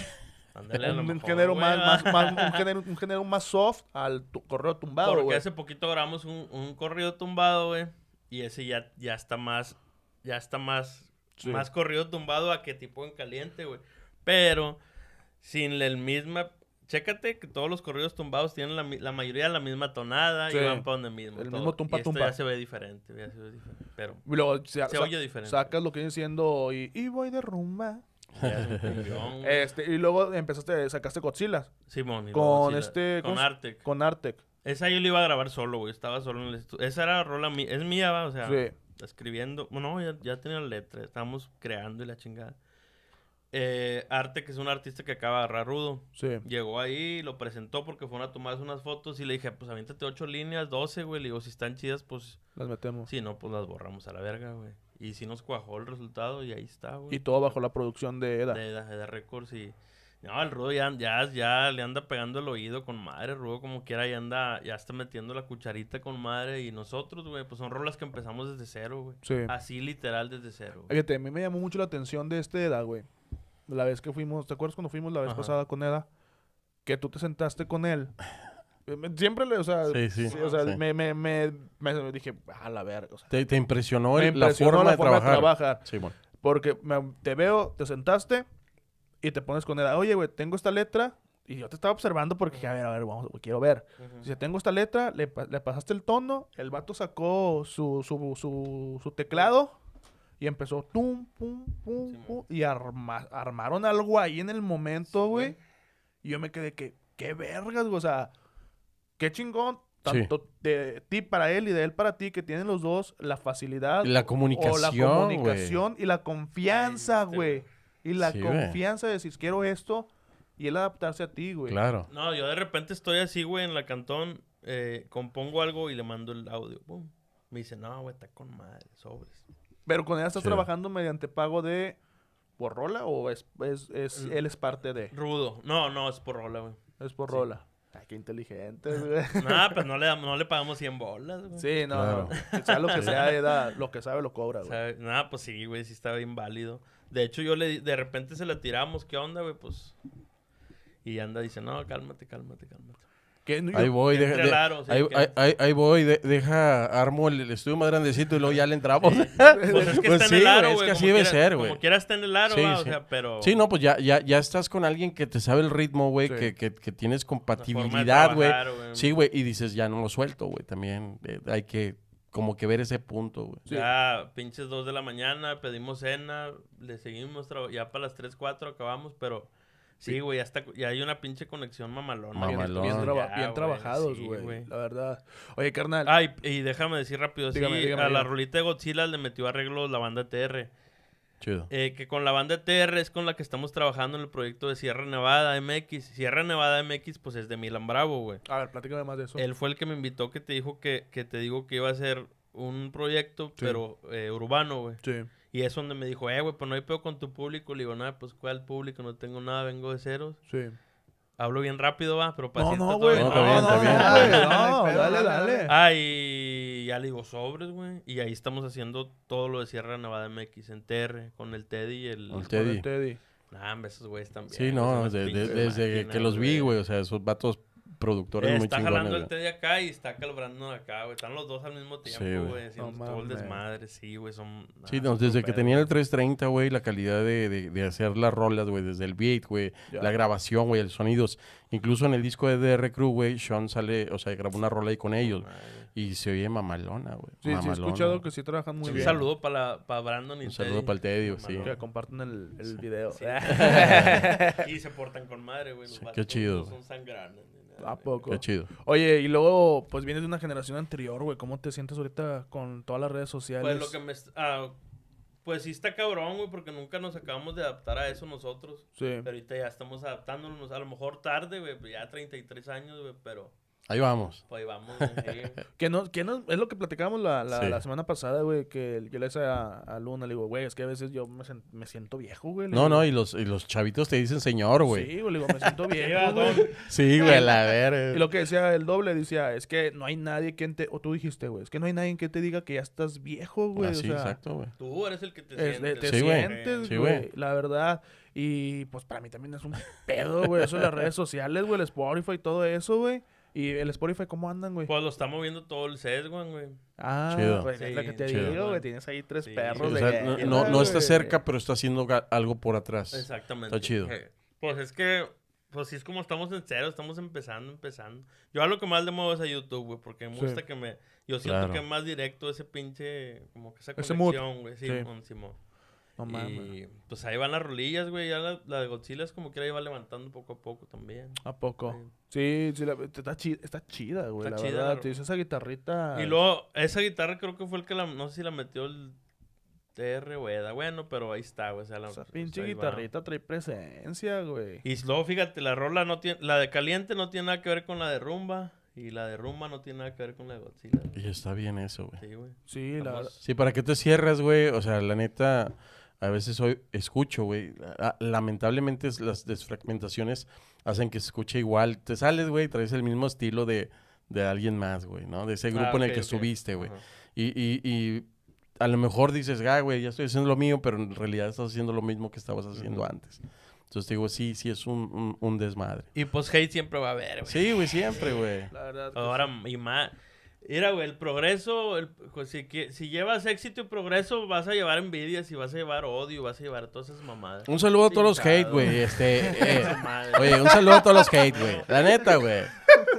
[SPEAKER 3] Ándale, a lo
[SPEAKER 2] Ah, Un,
[SPEAKER 3] mejor,
[SPEAKER 2] género
[SPEAKER 3] güey,
[SPEAKER 2] más,
[SPEAKER 3] va.
[SPEAKER 2] más, más- un, género, un género más soft al tu- correo tumbado,
[SPEAKER 3] Porque
[SPEAKER 2] güey.
[SPEAKER 3] hace poquito grabamos un, un corrido tumbado, güey. Y ese ya, ya está más. Ya está más.
[SPEAKER 2] Sí.
[SPEAKER 3] Más corrido tumbado a que tipo en caliente, güey. Pero sin el misma. Chécate que todos los corridos tumbados tienen la, mi- la mayoría la misma tonada
[SPEAKER 2] Sí.
[SPEAKER 3] y van para donde mismo.
[SPEAKER 2] El
[SPEAKER 3] todo.
[SPEAKER 2] mismo tumpa,
[SPEAKER 3] y esto
[SPEAKER 2] tumpa.
[SPEAKER 3] Ya se ve diferente, ya se ve diferente. Pero
[SPEAKER 2] Y luego se,
[SPEAKER 3] se
[SPEAKER 2] sa-
[SPEAKER 3] oye diferente.
[SPEAKER 2] sacas lo que viene siendo y, y voy de rumba.
[SPEAKER 3] ya es un cumbión, güey.
[SPEAKER 2] Este, y luego empezaste, sacaste Godzilla
[SPEAKER 3] Simón, y
[SPEAKER 2] con
[SPEAKER 3] luego sí la-
[SPEAKER 2] este-
[SPEAKER 3] Con
[SPEAKER 2] ¿cómo se-
[SPEAKER 3] Artec.
[SPEAKER 2] con Artec.
[SPEAKER 3] Esa yo la iba a grabar solo, güey. Estaba solo en el estudio. Esa era rola mía. Es mía, va, o sea.
[SPEAKER 2] Sí.
[SPEAKER 3] escribiendo. Bueno, ya, ya tenía la letra, estábamos creando y la chingada. Eh, Arte, que es un artista que acaba de agarrar rudo,
[SPEAKER 2] Sí.
[SPEAKER 3] llegó ahí, lo presentó porque fueron a tomarse unas fotos y le dije, pues aviéntate ocho líneas, 12, güey. Le digo, si están chidas, pues
[SPEAKER 2] Las metemos.
[SPEAKER 3] si no, pues las borramos a la verga, güey. Y si nos cuajó el resultado y ahí está, güey.
[SPEAKER 2] Y todo bajo la producción de Eda.
[SPEAKER 3] De, de- de Records y... No, el Rudo ya, ya, ya le anda pegando el oído con madre, Rudo como quiera, ya anda, ya está metiendo la cucharita con madre y nosotros, güey, pues son rolas que empezamos desde cero, güey.
[SPEAKER 2] Sí.
[SPEAKER 4] Ah.
[SPEAKER 3] Así literal desde cero. güey.
[SPEAKER 2] Fíjate, a mí me llamó mucho la atención de este Eda, güey. La vez que fuimos, ¿te acuerdas cuando fuimos la vez
[SPEAKER 3] Ajá.
[SPEAKER 2] pasada con Eda? Que tú te sentaste con él Eh, me- Siempre le, o sea,
[SPEAKER 4] Sí, sí.
[SPEAKER 2] o sea,
[SPEAKER 4] Sí.
[SPEAKER 2] Me, me, me, me dije, a la verga, o sea,
[SPEAKER 4] Te, te impresionó,
[SPEAKER 2] me
[SPEAKER 4] el- la,
[SPEAKER 2] impresionó
[SPEAKER 4] forma
[SPEAKER 2] la
[SPEAKER 4] de
[SPEAKER 2] forma de
[SPEAKER 4] trabajar.
[SPEAKER 2] trabajar.
[SPEAKER 4] Sí, bueno.
[SPEAKER 2] Porque me- te veo, te sentaste y te pones con él. Oye, güey, tengo esta letra. Y yo te estaba observando porque, dije, a ver, a ver, vamos, güey, quiero ver. Si tengo esta letra, le, pa- le pasaste el tono, el vato sacó su, su, su, su teclado y empezó tum, pum, pum,
[SPEAKER 3] Sí,
[SPEAKER 2] pum, y arma- armaron algo ahí en el momento, güey. y yo me quedé que, qué vergas, güey, o sea, qué chingón.
[SPEAKER 4] Sí.
[SPEAKER 2] Tanto de ti para él y de él para ti, que tienen los dos la facilidad.
[SPEAKER 4] Y la
[SPEAKER 2] o- O la
[SPEAKER 4] comunicación, güey.
[SPEAKER 2] comunicación y la confianza,
[SPEAKER 3] Ay,
[SPEAKER 2] güey. Y la
[SPEAKER 4] Sí, güey.
[SPEAKER 2] confianza de decir, quiero esto y él adaptarse a ti, güey.
[SPEAKER 4] Claro.
[SPEAKER 3] No, yo de repente estoy así, güey, en la cantón, eh, compongo algo y le mando el audio. pum. Me dice, no, güey, está con madre, sobres.
[SPEAKER 2] Pero con ella estás
[SPEAKER 4] Sí.
[SPEAKER 2] trabajando mediante pago de por rola o es, es, es-
[SPEAKER 3] Mm.
[SPEAKER 2] él es parte de.
[SPEAKER 3] Rudo. No, no, es por rola, güey.
[SPEAKER 2] Es por rola. Ay, qué inteligente, güey.
[SPEAKER 3] Nada, pues no le, dam- no le pagamos 100 bolas, güey.
[SPEAKER 2] Sí, no,
[SPEAKER 4] Claro.
[SPEAKER 2] no. Sea lo que sea, edad, lo que sabe lo cobra, güey.
[SPEAKER 3] ¿Sabe? Nada, pues sí, güey, sí estaba bien válido. De hecho, yo le di- de repente se la tiramos, ¿qué onda, güey? Pues. Y anda, dice, no, cálmate, cálmate, cálmate.
[SPEAKER 2] Que no-
[SPEAKER 4] Ahí
[SPEAKER 2] yo-
[SPEAKER 4] voy,
[SPEAKER 3] que
[SPEAKER 4] deja,
[SPEAKER 3] entre
[SPEAKER 4] de-
[SPEAKER 3] el aro, sí,
[SPEAKER 4] ahí,
[SPEAKER 3] que-
[SPEAKER 4] ahí- ahí- ahí voy, de- deja, armo el, el estudio más grandecito y luego ya le entramos.
[SPEAKER 3] Pues es que
[SPEAKER 4] Pues
[SPEAKER 3] está
[SPEAKER 4] sí,
[SPEAKER 3] en el aro,
[SPEAKER 4] güey,
[SPEAKER 3] güey.
[SPEAKER 4] es que así
[SPEAKER 3] como
[SPEAKER 4] debe
[SPEAKER 3] quiera-
[SPEAKER 4] ser, güey.
[SPEAKER 3] Como quiera está en el aro,
[SPEAKER 4] Sí,
[SPEAKER 3] va, o
[SPEAKER 4] sí.
[SPEAKER 3] sea, pero...
[SPEAKER 4] Sí, no, pues ya, ya, ya estás con alguien que te sabe el ritmo, güey,
[SPEAKER 2] Sí.
[SPEAKER 4] que, que, que tienes
[SPEAKER 3] la forma de
[SPEAKER 4] compatibilidad, güey.
[SPEAKER 3] trabajar, güey.
[SPEAKER 4] Sí, güey, y dices, ya no lo suelto, güey, también eh, hay que como que ver ese punto, güey.
[SPEAKER 2] Sí.
[SPEAKER 3] Ya, pinches 2 de la mañana, pedimos cena, le seguimos, traba- ya para las 3, 4 acabamos, pero sí, güey, ya, está- ya hay una pinche conexión mamalona.
[SPEAKER 2] bien-
[SPEAKER 4] Mamalón.
[SPEAKER 2] Bien, traba-
[SPEAKER 3] Ya,
[SPEAKER 2] bien
[SPEAKER 3] güey,
[SPEAKER 2] trabajados,
[SPEAKER 3] sí,
[SPEAKER 2] güey.
[SPEAKER 3] güey.
[SPEAKER 2] la verdad. Oye, carnal.
[SPEAKER 3] Ay, y déjame decir rápido, sí,
[SPEAKER 2] Dígame, dígame,
[SPEAKER 3] a la
[SPEAKER 2] dígame.
[SPEAKER 3] rolita de Godzilla le metió arreglos la banda TR.
[SPEAKER 4] Chido.
[SPEAKER 3] Eh, que con la banda TR es con la que estamos trabajando en el proyecto de Sierra Nevada MX. Sierra Nevada MX, pues es de Milan Bravo, güey.
[SPEAKER 2] a ver, platícame más de eso.
[SPEAKER 3] Él fue el que me invitó que te dijo que, que te digo que iba a ser un proyecto, pero eh, urbano, güey.
[SPEAKER 2] Sí.
[SPEAKER 3] Y es donde me dijo, eh, güey, pues no hay pedo con tu público. Le digo, nada, pues cuál público, no tengo nada, vengo de ceros.
[SPEAKER 2] Sí.
[SPEAKER 3] Hablo bien rápido, va, pero
[SPEAKER 2] No,
[SPEAKER 3] paciente
[SPEAKER 2] no,
[SPEAKER 3] todavía.
[SPEAKER 2] güey.
[SPEAKER 4] No,
[SPEAKER 2] No,
[SPEAKER 4] está bien, está
[SPEAKER 2] no,
[SPEAKER 4] bien.
[SPEAKER 2] no, güey, no,
[SPEAKER 5] Pero
[SPEAKER 2] dale,
[SPEAKER 5] dale,
[SPEAKER 2] dale.
[SPEAKER 3] Ah, y ya le digo, sobres, güey. Y ahí estamos haciendo todo lo de Sierra Nevada MX en TR, con el Teddy y el...
[SPEAKER 4] Con el
[SPEAKER 2] Con el
[SPEAKER 4] Teddy.
[SPEAKER 2] Teddy.
[SPEAKER 3] Nah, hombre, esos güeyes también.
[SPEAKER 4] Sí,
[SPEAKER 3] son
[SPEAKER 4] no,
[SPEAKER 3] unas
[SPEAKER 4] de- de-
[SPEAKER 3] pues, pinches
[SPEAKER 4] desde
[SPEAKER 3] máquinas,
[SPEAKER 4] que los vi, güey, o sea, esos vatos productores
[SPEAKER 3] Eh,
[SPEAKER 4] muy
[SPEAKER 3] está jalando
[SPEAKER 4] chingones,
[SPEAKER 3] el
[SPEAKER 4] güey.
[SPEAKER 3] Teddy acá y está calibrando acá, güey. Están los dos al mismo tiempo,
[SPEAKER 4] Sí, güey.
[SPEAKER 3] güey. haciendo
[SPEAKER 2] No
[SPEAKER 3] todo el
[SPEAKER 2] mames.
[SPEAKER 3] desmadre, sí, güey. Son... nah,
[SPEAKER 4] Sí,
[SPEAKER 3] son
[SPEAKER 4] no,
[SPEAKER 3] otro
[SPEAKER 4] desde que
[SPEAKER 3] pedo.
[SPEAKER 4] tenían el 330, güey, la calidad de, de- de hacer las rolas, güey, desde el beat, güey,
[SPEAKER 2] Ya.
[SPEAKER 4] la grabación, güey, los sonidos. Incluso en el disco de DR Crew, güey, Sean sale, o sea, grabó una rola ahí con ellos.
[SPEAKER 3] Madre.
[SPEAKER 4] Y se oye mamalona, güey.
[SPEAKER 2] Sí, sí, he
[SPEAKER 4] mamalona.
[SPEAKER 2] escuchado que sí trabajan muy
[SPEAKER 3] Un
[SPEAKER 2] bien.
[SPEAKER 3] saludo para, para Brandon y
[SPEAKER 4] Un saludo para el Teddy, güey, sí.
[SPEAKER 2] Que comparten el, el video.
[SPEAKER 3] Sí. Y se portan con madre, güey. los
[SPEAKER 4] Sí, qué
[SPEAKER 3] vatos
[SPEAKER 4] chido,
[SPEAKER 3] No
[SPEAKER 4] güey.
[SPEAKER 3] son sangranes. ni nada,
[SPEAKER 2] ¿A
[SPEAKER 3] güey.
[SPEAKER 2] poco?
[SPEAKER 4] Qué chido.
[SPEAKER 2] Oye, y luego, pues vienes de una generación anterior, güey. ¿Cómo te sientes ahorita con todas las redes sociales?
[SPEAKER 3] Pues lo que me. est- ah, pues sí está cabrón, güey, porque nunca nos acabamos de adaptar a eso nosotros. Pero
[SPEAKER 2] Sí.
[SPEAKER 3] ahorita ya estamos adaptándonos. A lo mejor tarde, güey. pues Ya 33 años, güey, pero.
[SPEAKER 4] Ahí vamos.
[SPEAKER 3] Pues ahí vamos, güey. sí.
[SPEAKER 2] Que no, que no, es lo que platicábamos la, la,
[SPEAKER 4] Sí.
[SPEAKER 2] la semana pasada, güey. Que yo le decía a, a Luna, le digo, güey, es que a veces yo me, sen- me siento viejo, güey.
[SPEAKER 4] No, no, y los, y los chavitos te dicen señor, güey.
[SPEAKER 2] Sí, güey, le digo, me siento
[SPEAKER 3] va,
[SPEAKER 2] viejo, güey.
[SPEAKER 4] Sí, güey, la verga.
[SPEAKER 2] Y lo que decía el doble, decía, es que no hay nadie quien te... O tú dijiste, güey, es que no hay nadie que te diga que ya estás viejo, güey.
[SPEAKER 4] Así,
[SPEAKER 2] o sea,
[SPEAKER 4] exacto, güey.
[SPEAKER 3] Tú eres el que te
[SPEAKER 2] Es de-
[SPEAKER 3] sientes.
[SPEAKER 2] te
[SPEAKER 4] Sí, güey.
[SPEAKER 2] sientes,
[SPEAKER 4] Sí,
[SPEAKER 2] güey.
[SPEAKER 4] güey.
[SPEAKER 2] la verdad. Y pues para mí también es un pedo, güey. Eso de las redes sociales, güey. El Spotify y todo eso, güey. Y el Spotify, ¿cómo andan, güey?
[SPEAKER 3] Pues lo está moviendo todo el sesgo, güey.
[SPEAKER 2] Ah,
[SPEAKER 4] Chido.
[SPEAKER 2] pues es
[SPEAKER 3] Sí,
[SPEAKER 2] lo que te
[SPEAKER 4] chido.
[SPEAKER 2] digo, güey. Tienes ahí tres
[SPEAKER 3] Sí.
[SPEAKER 4] Sí,
[SPEAKER 2] perros.
[SPEAKER 4] o
[SPEAKER 2] de
[SPEAKER 4] sea, no,
[SPEAKER 2] guerra,
[SPEAKER 4] no, no está
[SPEAKER 2] güey.
[SPEAKER 4] cerca, pero está haciendo ga- algo por atrás.
[SPEAKER 3] Exactamente.
[SPEAKER 4] Está chido.
[SPEAKER 3] Eh, Pues es que, pues sí es como estamos en cero, estamos empezando, empezando. Yo a lo que más le muevo es a YouTube, güey, porque me
[SPEAKER 2] Sí.
[SPEAKER 3] gusta que me... Yo siento
[SPEAKER 4] Claro.
[SPEAKER 3] que es más directo ese pinche, como que esa
[SPEAKER 2] Ese mood.
[SPEAKER 3] conexión, güey. Sí,
[SPEAKER 2] Sí.
[SPEAKER 3] con Simón.
[SPEAKER 2] No mames.
[SPEAKER 3] y pues ahí van las rolillas, güey, ya la, la de Godzilla es como que ahí va levantando poco a poco también.
[SPEAKER 2] ¿A poco? Sí, sí, la- está, chida, está chida, güey. la
[SPEAKER 3] Está chida,
[SPEAKER 2] verdad.
[SPEAKER 3] la-
[SPEAKER 2] Te hizo esa guitarrita.
[SPEAKER 3] Y luego, esa guitarra creo que fue el que la, no sé si la metió el TR o EDA, bueno, pero ahí está, güey. O sea, la,
[SPEAKER 2] Esa
[SPEAKER 3] pues,
[SPEAKER 2] pinche
[SPEAKER 3] ahí va.
[SPEAKER 2] guitarrita trae presencia, güey.
[SPEAKER 3] Y luego, fíjate, la rola no tiene... La de Caliente no tiene nada que ver con la de Rumba. Y la de Rumba no tiene nada que ver con la de Godzilla. güey.
[SPEAKER 4] Y está bien eso, güey.
[SPEAKER 3] Sí, güey.
[SPEAKER 2] Sí, la verdad.
[SPEAKER 3] Estamos-
[SPEAKER 4] Sí, ¿para qué te cierras, güey? O sea, la neta, a veces hoy escucho, güey. Ah, Lamentablemente es- las desfragmentaciones hacen que se escuche igual. Te sales, güey, traes el mismo estilo de, de alguien más, güey, ¿no? De ese grupo
[SPEAKER 3] Ah,
[SPEAKER 4] en el
[SPEAKER 3] ok,
[SPEAKER 4] que
[SPEAKER 3] ok.
[SPEAKER 4] estuviste, güey.
[SPEAKER 3] Ajá.
[SPEAKER 4] Y, y, y a lo mejor dices, ah, güey, ya estoy haciendo lo mío, pero en realidad estás haciendo lo mismo que estabas haciendo antes. Entonces te digo, sí, sí es un, un- un desmadre.
[SPEAKER 3] Y pues hate siempre va a haber, güey.
[SPEAKER 4] Sí, güey, siempre, güey.
[SPEAKER 2] La verdad. que
[SPEAKER 3] Ahora y más. Mira, güey, el progreso, el- pues, si, que- si llevas éxito y progreso, vas a llevar envidias y vas a llevar odio, vas a llevar todas esas mamadas.
[SPEAKER 4] Un saludo a todos los
[SPEAKER 3] Chingado.
[SPEAKER 4] hate, güey. Este, eh,
[SPEAKER 3] Esa madre.
[SPEAKER 4] oye, un saludo a todos los hate, güey. La neta, güey.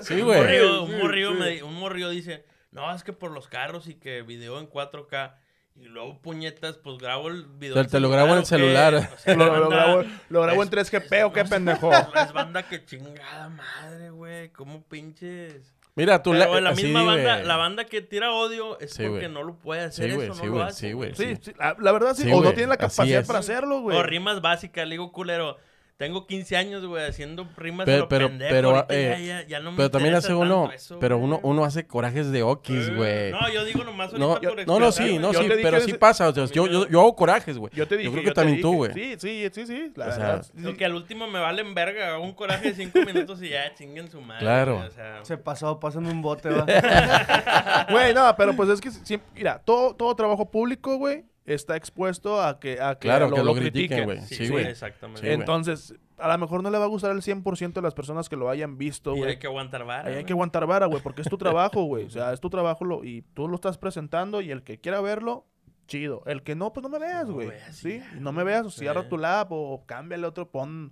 [SPEAKER 4] Sí,
[SPEAKER 3] Un
[SPEAKER 4] güey.
[SPEAKER 3] morrillo, un morrillo me di- un morrillo dice, no, es que por los carros y que video en 4K. Y luego, puñetas, pues grabo el video.
[SPEAKER 4] Te-
[SPEAKER 3] en
[SPEAKER 4] te lo grabo en el
[SPEAKER 3] celular, ¿o qué?".
[SPEAKER 4] celular.
[SPEAKER 3] O sea,
[SPEAKER 2] sí. Lo, lo
[SPEAKER 3] banda-
[SPEAKER 2] grabo, lo grabo en
[SPEAKER 3] es-
[SPEAKER 2] 3GP o qué
[SPEAKER 3] no sé,
[SPEAKER 2] pendejo.
[SPEAKER 3] Es banda que chingada madre, güey. ¿Cómo pinches?
[SPEAKER 4] Mira, tú
[SPEAKER 3] Pero la
[SPEAKER 4] sí,
[SPEAKER 3] misma banda,
[SPEAKER 4] güey.
[SPEAKER 3] la banda que tira odio es
[SPEAKER 4] Sí,
[SPEAKER 3] porque
[SPEAKER 4] güey.
[SPEAKER 3] no lo puede
[SPEAKER 4] Sí,
[SPEAKER 3] hacer eso,
[SPEAKER 4] güey,
[SPEAKER 3] no
[SPEAKER 4] sí,
[SPEAKER 3] lo
[SPEAKER 4] güey,
[SPEAKER 3] hace.
[SPEAKER 4] sí, güey.
[SPEAKER 2] Sí, sí, la, la verdad sí.
[SPEAKER 4] Sí,
[SPEAKER 2] o no
[SPEAKER 4] güey,
[SPEAKER 2] tienen la
[SPEAKER 4] así
[SPEAKER 2] capacidad
[SPEAKER 4] es.
[SPEAKER 2] para hacerlo, güey.
[SPEAKER 3] Pues O rimas básicas, le digo, culero. Tengo 15 años, güey, haciendo rimas
[SPEAKER 4] Pero-
[SPEAKER 3] a lo
[SPEAKER 4] pero-
[SPEAKER 3] pendejo,
[SPEAKER 4] pero,
[SPEAKER 3] ahorita
[SPEAKER 4] eh,
[SPEAKER 3] ya- ya- ya no me
[SPEAKER 4] Pero también
[SPEAKER 3] interesa
[SPEAKER 4] hace uno,
[SPEAKER 3] tanto eso,
[SPEAKER 4] pero
[SPEAKER 3] güey.
[SPEAKER 4] uno, uno hace corajes de
[SPEAKER 3] Eh,
[SPEAKER 4] okis, güey.
[SPEAKER 3] No, yo digo nomás ahorita
[SPEAKER 4] No, yo-
[SPEAKER 3] por
[SPEAKER 4] no, no,
[SPEAKER 3] expresar,
[SPEAKER 4] sí,
[SPEAKER 3] güey.
[SPEAKER 4] no,
[SPEAKER 2] Yo
[SPEAKER 4] sí,
[SPEAKER 2] te dije
[SPEAKER 4] pero
[SPEAKER 2] que
[SPEAKER 4] sí
[SPEAKER 2] ese-
[SPEAKER 4] pasa. O sea, yo, yo, yo hago corajes, güey.
[SPEAKER 2] Yo te dije.
[SPEAKER 4] creo que
[SPEAKER 2] te
[SPEAKER 4] también tú,
[SPEAKER 2] dije.
[SPEAKER 4] güey.
[SPEAKER 2] Sí, sí, sí, sí. La
[SPEAKER 4] O sea,
[SPEAKER 2] verdad. sí.
[SPEAKER 3] Lo que al último me valen verga, hago un coraje de 5 minutos y ya chinguen su madre.
[SPEAKER 4] Claro.
[SPEAKER 3] güey, o sea,
[SPEAKER 5] Se pasó, pásame un bote, va.
[SPEAKER 2] Güey, no, pero pues es que siempre, mira, todo, todo trabajo público, güey, está expuesto a que, a que
[SPEAKER 4] Claro,
[SPEAKER 2] lo,
[SPEAKER 4] que
[SPEAKER 2] lo
[SPEAKER 4] lo critiquen,
[SPEAKER 2] critiquen.
[SPEAKER 4] güey. Sí,
[SPEAKER 3] sí,
[SPEAKER 4] güey.
[SPEAKER 3] exactamente.
[SPEAKER 4] Sí, güey.
[SPEAKER 2] Entonces, a lo mejor no le va a gustar el 100% de las personas que lo hayan visto,
[SPEAKER 3] y
[SPEAKER 2] güey.
[SPEAKER 3] hay que aguantar vara.
[SPEAKER 2] Ahí hay
[SPEAKER 3] güey.
[SPEAKER 2] que aguantar vara, güey, porque es tu trabajo, güey. O sea, es tu trabajo lo, y tú lo estás presentando y el que quiera verlo, chido. El que no, pues no me veas,
[SPEAKER 3] No
[SPEAKER 2] güey.
[SPEAKER 3] veas y
[SPEAKER 2] sí,
[SPEAKER 3] ya,
[SPEAKER 2] no me veas, o
[SPEAKER 3] Sí.
[SPEAKER 2] cierra tu lap o cámbiale otro, pon,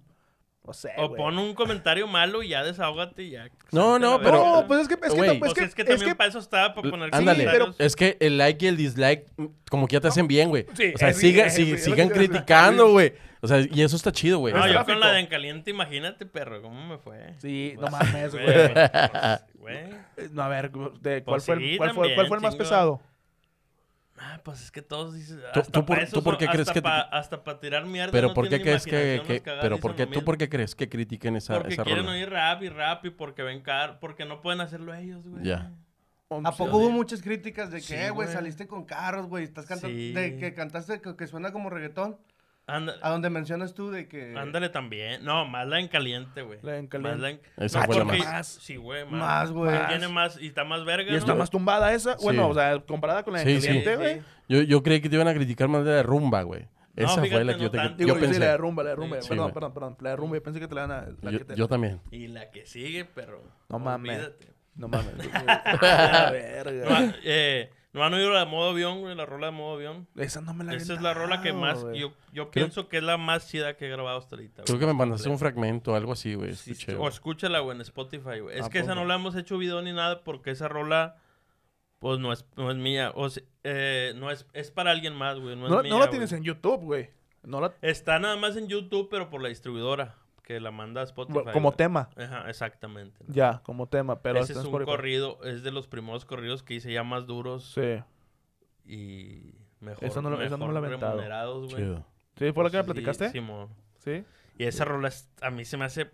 [SPEAKER 2] no sé,
[SPEAKER 3] O
[SPEAKER 2] güey.
[SPEAKER 3] pon un comentario malo y ya desahógate y ya.
[SPEAKER 4] No, no,
[SPEAKER 3] Sácate la
[SPEAKER 4] pero-
[SPEAKER 3] verga.
[SPEAKER 2] No, pues es que, es que,
[SPEAKER 4] Güey.
[SPEAKER 2] pues
[SPEAKER 3] Pues
[SPEAKER 2] es que,
[SPEAKER 3] es que también para eso estaba, para poner
[SPEAKER 4] Ándale,
[SPEAKER 3] comentarios.
[SPEAKER 4] es que el like y el dislike mm, como que ya te hacen bien, güey.
[SPEAKER 2] Sí,
[SPEAKER 4] o sea,
[SPEAKER 2] es-
[SPEAKER 4] siga-
[SPEAKER 2] es-
[SPEAKER 4] si-
[SPEAKER 2] es-
[SPEAKER 4] sigan
[SPEAKER 2] es-
[SPEAKER 4] criticando, güey. O sea, y eso está chido, güey.
[SPEAKER 3] No,
[SPEAKER 2] es
[SPEAKER 3] yo
[SPEAKER 2] tráfico.
[SPEAKER 3] con la de en caliente, imagínate, perro, ¿cómo me fue?
[SPEAKER 2] Sí, no
[SPEAKER 3] Pues,
[SPEAKER 2] mames,
[SPEAKER 3] güey,
[SPEAKER 2] güey.
[SPEAKER 3] pues, güey.
[SPEAKER 2] Eh, No, a ver, de, ¿cuál,
[SPEAKER 3] Pues
[SPEAKER 2] fue, el-
[SPEAKER 3] sí,
[SPEAKER 2] cuál, fue,
[SPEAKER 3] también,
[SPEAKER 2] cuál fue el más
[SPEAKER 3] chingo.
[SPEAKER 2] pesado?
[SPEAKER 3] Ah, pues es que todos dicen.
[SPEAKER 4] ¿Tú-
[SPEAKER 3] hasta
[SPEAKER 4] tú por-
[SPEAKER 3] pa' eso
[SPEAKER 4] tú por
[SPEAKER 3] son-
[SPEAKER 4] qué crees
[SPEAKER 3] hasta
[SPEAKER 4] que te-
[SPEAKER 3] pa- Hasta para tirar mierda.
[SPEAKER 4] Pero
[SPEAKER 3] no
[SPEAKER 4] ¿por qué
[SPEAKER 3] tienen
[SPEAKER 4] crees que,
[SPEAKER 3] imaginación,
[SPEAKER 4] que-
[SPEAKER 3] los cagadas
[SPEAKER 4] pero
[SPEAKER 3] dicen
[SPEAKER 4] por
[SPEAKER 3] lo
[SPEAKER 4] qué tú
[SPEAKER 3] mismo.
[SPEAKER 4] por qué crees que critiquen esa
[SPEAKER 3] Porque
[SPEAKER 4] esa
[SPEAKER 3] quieren
[SPEAKER 4] rola?
[SPEAKER 3] oír rap y rap y porque ven car, porque no pueden hacerlo ellos, güey.
[SPEAKER 4] Ya.
[SPEAKER 5] ¿A poco hubo muchas críticas de que,
[SPEAKER 3] Sí,
[SPEAKER 5] "Eh, güey,
[SPEAKER 3] güey.
[SPEAKER 5] saliste con carros, güey? Estás cantando,
[SPEAKER 3] Sí.
[SPEAKER 5] de que cantaste que, que suena como reggaetón.
[SPEAKER 3] Anda-
[SPEAKER 2] Ah,
[SPEAKER 5] A donde mencionas tú de que...
[SPEAKER 3] ándale también. No, más la en caliente, güey.
[SPEAKER 2] La en
[SPEAKER 3] Más la en-
[SPEAKER 4] Esa
[SPEAKER 3] no,
[SPEAKER 4] fue la
[SPEAKER 3] porque-
[SPEAKER 2] más.
[SPEAKER 3] Sí, güey, más.
[SPEAKER 5] Más, güey.
[SPEAKER 3] Tiene más y está más verga.
[SPEAKER 2] Y está
[SPEAKER 3] ¿no?
[SPEAKER 2] más tumbada esa.
[SPEAKER 4] Sí.
[SPEAKER 2] Bueno, o sea, comparada con la de
[SPEAKER 4] Sí, sí.
[SPEAKER 2] caliente, güey.
[SPEAKER 4] Yo, yo creí que te iban a criticar más de la rumba, güey.
[SPEAKER 3] No,
[SPEAKER 4] Esa fue
[SPEAKER 3] fíjate,
[SPEAKER 4] la que
[SPEAKER 3] no
[SPEAKER 4] yo te
[SPEAKER 3] tanto.
[SPEAKER 2] Digo,
[SPEAKER 4] yo
[SPEAKER 2] yo sí,
[SPEAKER 4] pensé.
[SPEAKER 2] la de rumba, la de rumba.
[SPEAKER 4] Sí,
[SPEAKER 2] perdón,
[SPEAKER 4] güey.
[SPEAKER 2] perdón, perdón. La de rumba, yo pensé que te la iban a... La
[SPEAKER 4] yo,
[SPEAKER 2] que te-
[SPEAKER 4] yo también.
[SPEAKER 3] Y la que sigue, perro.
[SPEAKER 2] No mames.
[SPEAKER 3] Olvídate.
[SPEAKER 2] No mames. La
[SPEAKER 3] No,
[SPEAKER 2] verga.
[SPEAKER 3] ha- eh, no han oído la de modo avión, güey, la rola de modo avión.
[SPEAKER 2] Esa no me la he
[SPEAKER 3] Esa es la rola que
[SPEAKER 2] aventado,
[SPEAKER 3] más,
[SPEAKER 2] güey.
[SPEAKER 3] yo, yo pienso que es la más chida que he grabado hasta ahorita. güey.
[SPEAKER 4] Creo que me mandaste un fragmento o algo así, güey.
[SPEAKER 3] Sí,
[SPEAKER 4] Escuché.
[SPEAKER 3] O
[SPEAKER 4] güey.
[SPEAKER 3] escúchala, güey, en Spotify, güey. Es
[SPEAKER 2] ¿A
[SPEAKER 3] que esa
[SPEAKER 2] poco?
[SPEAKER 3] no la hemos hecho video ni nada porque esa rola, pues no es, no es mía. O se- eh, no es, es para alguien más, güey. No, es
[SPEAKER 2] No,
[SPEAKER 3] mía,
[SPEAKER 2] no la
[SPEAKER 3] güey.
[SPEAKER 2] tienes en YouTube, güey. No la...
[SPEAKER 3] Está nada más en YouTube, pero por la distribuidora que la manda a Spotify.
[SPEAKER 2] Como
[SPEAKER 3] güey.
[SPEAKER 2] tema.
[SPEAKER 3] Ajá, exactamente. ¿no?
[SPEAKER 2] Ya, como tema, pero... está
[SPEAKER 3] Ese es
[SPEAKER 2] en
[SPEAKER 3] un
[SPEAKER 2] Spotify.
[SPEAKER 3] corrido, es de los primeros corridos que hice ya más duros
[SPEAKER 2] Sí.
[SPEAKER 3] y mejor,
[SPEAKER 2] Esa no la- esa no me
[SPEAKER 3] mejor
[SPEAKER 2] la he aventado.
[SPEAKER 3] remunerados, güey.
[SPEAKER 4] Chido.
[SPEAKER 2] ¿Sí? ¿Fue la que me
[SPEAKER 3] Entonces, sí,
[SPEAKER 2] platicaste?
[SPEAKER 3] Simón.
[SPEAKER 2] Sí.
[SPEAKER 3] Y esa rola es- a mí se me hace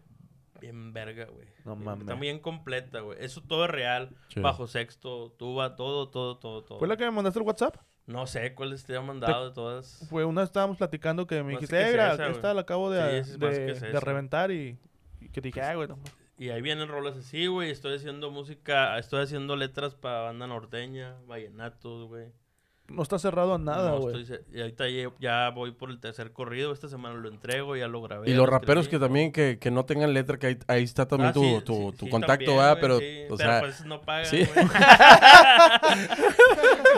[SPEAKER 3] bien verga, güey.
[SPEAKER 2] No
[SPEAKER 3] Bien-
[SPEAKER 2] mames.
[SPEAKER 3] Está bien completa, güey. Eso todo es real.
[SPEAKER 4] Chido.
[SPEAKER 3] Bajo sexto, tuba, todo, todo, todo, todo.
[SPEAKER 2] ¿Fue la que me mandaste el WhatsApp?
[SPEAKER 3] No sé cuáles te han mandado de todas.
[SPEAKER 2] Fue una estábamos platicando que me
[SPEAKER 3] Más
[SPEAKER 2] dijiste,
[SPEAKER 3] que
[SPEAKER 2] eh,
[SPEAKER 3] es
[SPEAKER 2] mira,
[SPEAKER 3] esa, güey.
[SPEAKER 2] esta la acabo
[SPEAKER 3] Sí,
[SPEAKER 2] de,
[SPEAKER 3] es más que
[SPEAKER 2] de,
[SPEAKER 3] es
[SPEAKER 2] de
[SPEAKER 3] esa.
[SPEAKER 2] reventar y, y que dije, ah, güey, no, mames".
[SPEAKER 3] Y ahí vienen rolas así, güey. Estoy haciendo música, estoy haciendo letras para banda norteña, vallenatos, güey.
[SPEAKER 2] no está cerrado a nada,
[SPEAKER 3] No
[SPEAKER 2] güey.
[SPEAKER 3] estoy se- y ahorita ya, ya voy por el tercer corrido. Esta semana lo entrego, ya lo grabé.
[SPEAKER 4] Y
[SPEAKER 3] lo
[SPEAKER 4] los raperos que
[SPEAKER 3] escribí.
[SPEAKER 4] también que, que no tengan letra, que ahí, ahí está también
[SPEAKER 3] Ah,
[SPEAKER 4] tu,
[SPEAKER 3] sí,
[SPEAKER 4] tu,
[SPEAKER 3] sí,
[SPEAKER 4] tu
[SPEAKER 3] sí,
[SPEAKER 4] contacto,
[SPEAKER 3] también,
[SPEAKER 4] ¿verdad?
[SPEAKER 3] güey,
[SPEAKER 4] Pero,
[SPEAKER 3] sí.
[SPEAKER 4] o
[SPEAKER 3] Pero,
[SPEAKER 4] sea,
[SPEAKER 3] pues no pagan,
[SPEAKER 4] sí.
[SPEAKER 3] güey.
[SPEAKER 2] La- la-
[SPEAKER 3] Sí,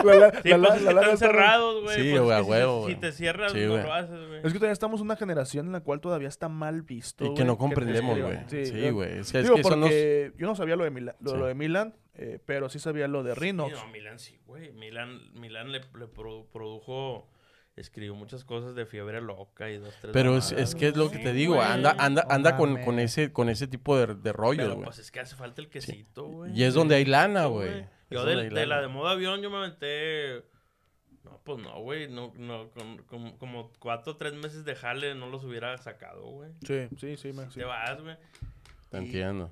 [SPEAKER 2] la-
[SPEAKER 3] pues
[SPEAKER 2] la-
[SPEAKER 3] es que
[SPEAKER 2] la- la-
[SPEAKER 3] están cerrados, güey.
[SPEAKER 4] Sí,
[SPEAKER 3] Pues es
[SPEAKER 4] güey, a
[SPEAKER 3] que si-
[SPEAKER 4] huevo,
[SPEAKER 3] Si,
[SPEAKER 4] güey.
[SPEAKER 3] te cierras,
[SPEAKER 4] Sí,
[SPEAKER 3] no
[SPEAKER 4] güey.
[SPEAKER 3] lo haces, güey.
[SPEAKER 2] Es que todavía estamos en una generación en la cual todavía está mal visto.
[SPEAKER 4] y que
[SPEAKER 2] güey,
[SPEAKER 4] no
[SPEAKER 2] te
[SPEAKER 4] comprendemos, güey.
[SPEAKER 2] escriban.
[SPEAKER 4] Sí, güey. Es que, es
[SPEAKER 2] Digo,
[SPEAKER 4] que eso no es-
[SPEAKER 2] porque yo no sabía lo de Milan, lo,
[SPEAKER 4] Sí.
[SPEAKER 2] lo de Milan eh, pero sí sabía lo de Rhinox.
[SPEAKER 3] Sí, no, Milan sí, güey. Milan, Milan le, le produ- produjo, escribió muchas cosas de fiebre loca y dos, tres.
[SPEAKER 4] Pero es,
[SPEAKER 3] mamadas,
[SPEAKER 4] es que es lo que te digo,
[SPEAKER 3] güey.
[SPEAKER 4] anda, anda,
[SPEAKER 2] No
[SPEAKER 4] anda con, con
[SPEAKER 2] mames.
[SPEAKER 4] ese, con ese tipo de, de rollos,
[SPEAKER 3] Pero
[SPEAKER 4] güey.
[SPEAKER 3] pues es que hace falta el quesito, güey.
[SPEAKER 4] y es donde hay lana, güey.
[SPEAKER 3] Yo
[SPEAKER 4] Es
[SPEAKER 3] del-
[SPEAKER 4] donde hay
[SPEAKER 3] de, la
[SPEAKER 4] lana.
[SPEAKER 3] de modo avión, yo me aventé. No, pues no, güey. No, no, con- con- como cuatro o tres meses de jale no los hubiera sacado, güey.
[SPEAKER 2] Sí, sí, sí, me- sí.
[SPEAKER 3] Te vas, güey.
[SPEAKER 4] Te entiendo.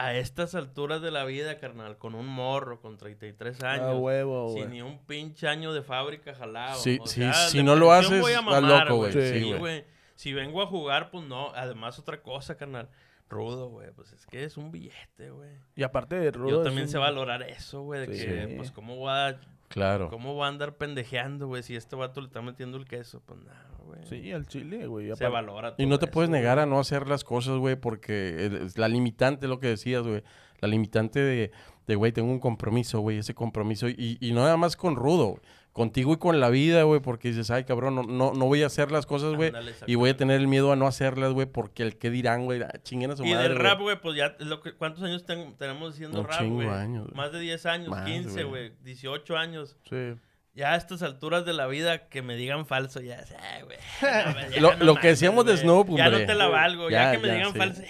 [SPEAKER 3] A estas alturas de la vida, carnal, con un morro, con 33 años.
[SPEAKER 2] Ah, huevo,
[SPEAKER 3] Sin
[SPEAKER 2] güey.
[SPEAKER 3] ni un pinche año de fábrica jalado.
[SPEAKER 4] Sí,
[SPEAKER 3] o
[SPEAKER 4] sí,
[SPEAKER 3] sea,
[SPEAKER 4] si
[SPEAKER 3] de
[SPEAKER 4] no lo
[SPEAKER 3] presión
[SPEAKER 4] haces,
[SPEAKER 3] voy a
[SPEAKER 4] estás
[SPEAKER 3] mamar,
[SPEAKER 4] loco, güey.
[SPEAKER 2] Sí,
[SPEAKER 3] Sí,
[SPEAKER 4] güey.
[SPEAKER 3] güey. Si vengo a jugar, pues no. Además, otra cosa, carnal. Rudo, güey. Pues es que es un billete, güey.
[SPEAKER 2] Y aparte de Rudo.
[SPEAKER 3] Yo
[SPEAKER 2] es
[SPEAKER 3] también
[SPEAKER 2] un-
[SPEAKER 3] sé valorar eso, güey. De
[SPEAKER 2] Sí.
[SPEAKER 3] que, pues, ¿cómo voy a
[SPEAKER 4] Claro.
[SPEAKER 3] ¿Cómo va a andar pendejeando, güey? Si este vato le está metiendo el queso, pues nada, güey.
[SPEAKER 2] Sí, al chile, güey.
[SPEAKER 3] Se
[SPEAKER 2] aparte-
[SPEAKER 3] valora
[SPEAKER 4] Y
[SPEAKER 3] todo
[SPEAKER 4] no te
[SPEAKER 3] eso,
[SPEAKER 4] puedes
[SPEAKER 3] güey.
[SPEAKER 4] negar a no hacer las cosas, güey, porque el- es la limitante, lo que decías, güey. La limitante de, de, güey, tengo un compromiso, güey, ese compromiso. Y, y no nada más con Rudo, güey, contigo y con la vida, güey, porque dices, ay, cabrón, no, no, no voy a hacer las cosas, güey.
[SPEAKER 3] Ándale,
[SPEAKER 4] Y voy a
[SPEAKER 3] exactamente.
[SPEAKER 4] tener el miedo a no hacerlas, güey, porque el que dirán, güey, ah, chinguen a su
[SPEAKER 3] Y
[SPEAKER 4] madre.
[SPEAKER 3] del
[SPEAKER 4] güey.
[SPEAKER 3] rap, güey, pues ya, es lo que- ¿cuántos años ten- tenemos haciendo
[SPEAKER 4] Un
[SPEAKER 3] rap,
[SPEAKER 4] chingo de
[SPEAKER 3] güey?
[SPEAKER 4] años, güey.
[SPEAKER 3] Más de 10 años,
[SPEAKER 4] Más,
[SPEAKER 3] 15,
[SPEAKER 4] güey.
[SPEAKER 3] güey, 18 años.
[SPEAKER 2] Sí.
[SPEAKER 3] Ya a estas alturas de la vida que me digan falso, ya, es, "Ay, güey. no, ya
[SPEAKER 4] Lo-
[SPEAKER 3] no
[SPEAKER 4] lo que
[SPEAKER 3] mames,
[SPEAKER 4] decíamos de
[SPEAKER 3] güey,
[SPEAKER 4] Snoop,
[SPEAKER 3] Ya no
[SPEAKER 4] hombre.
[SPEAKER 3] te la valgo, ya,
[SPEAKER 4] Ya,
[SPEAKER 3] que me
[SPEAKER 4] ya,
[SPEAKER 3] digan
[SPEAKER 4] sí.
[SPEAKER 3] falso.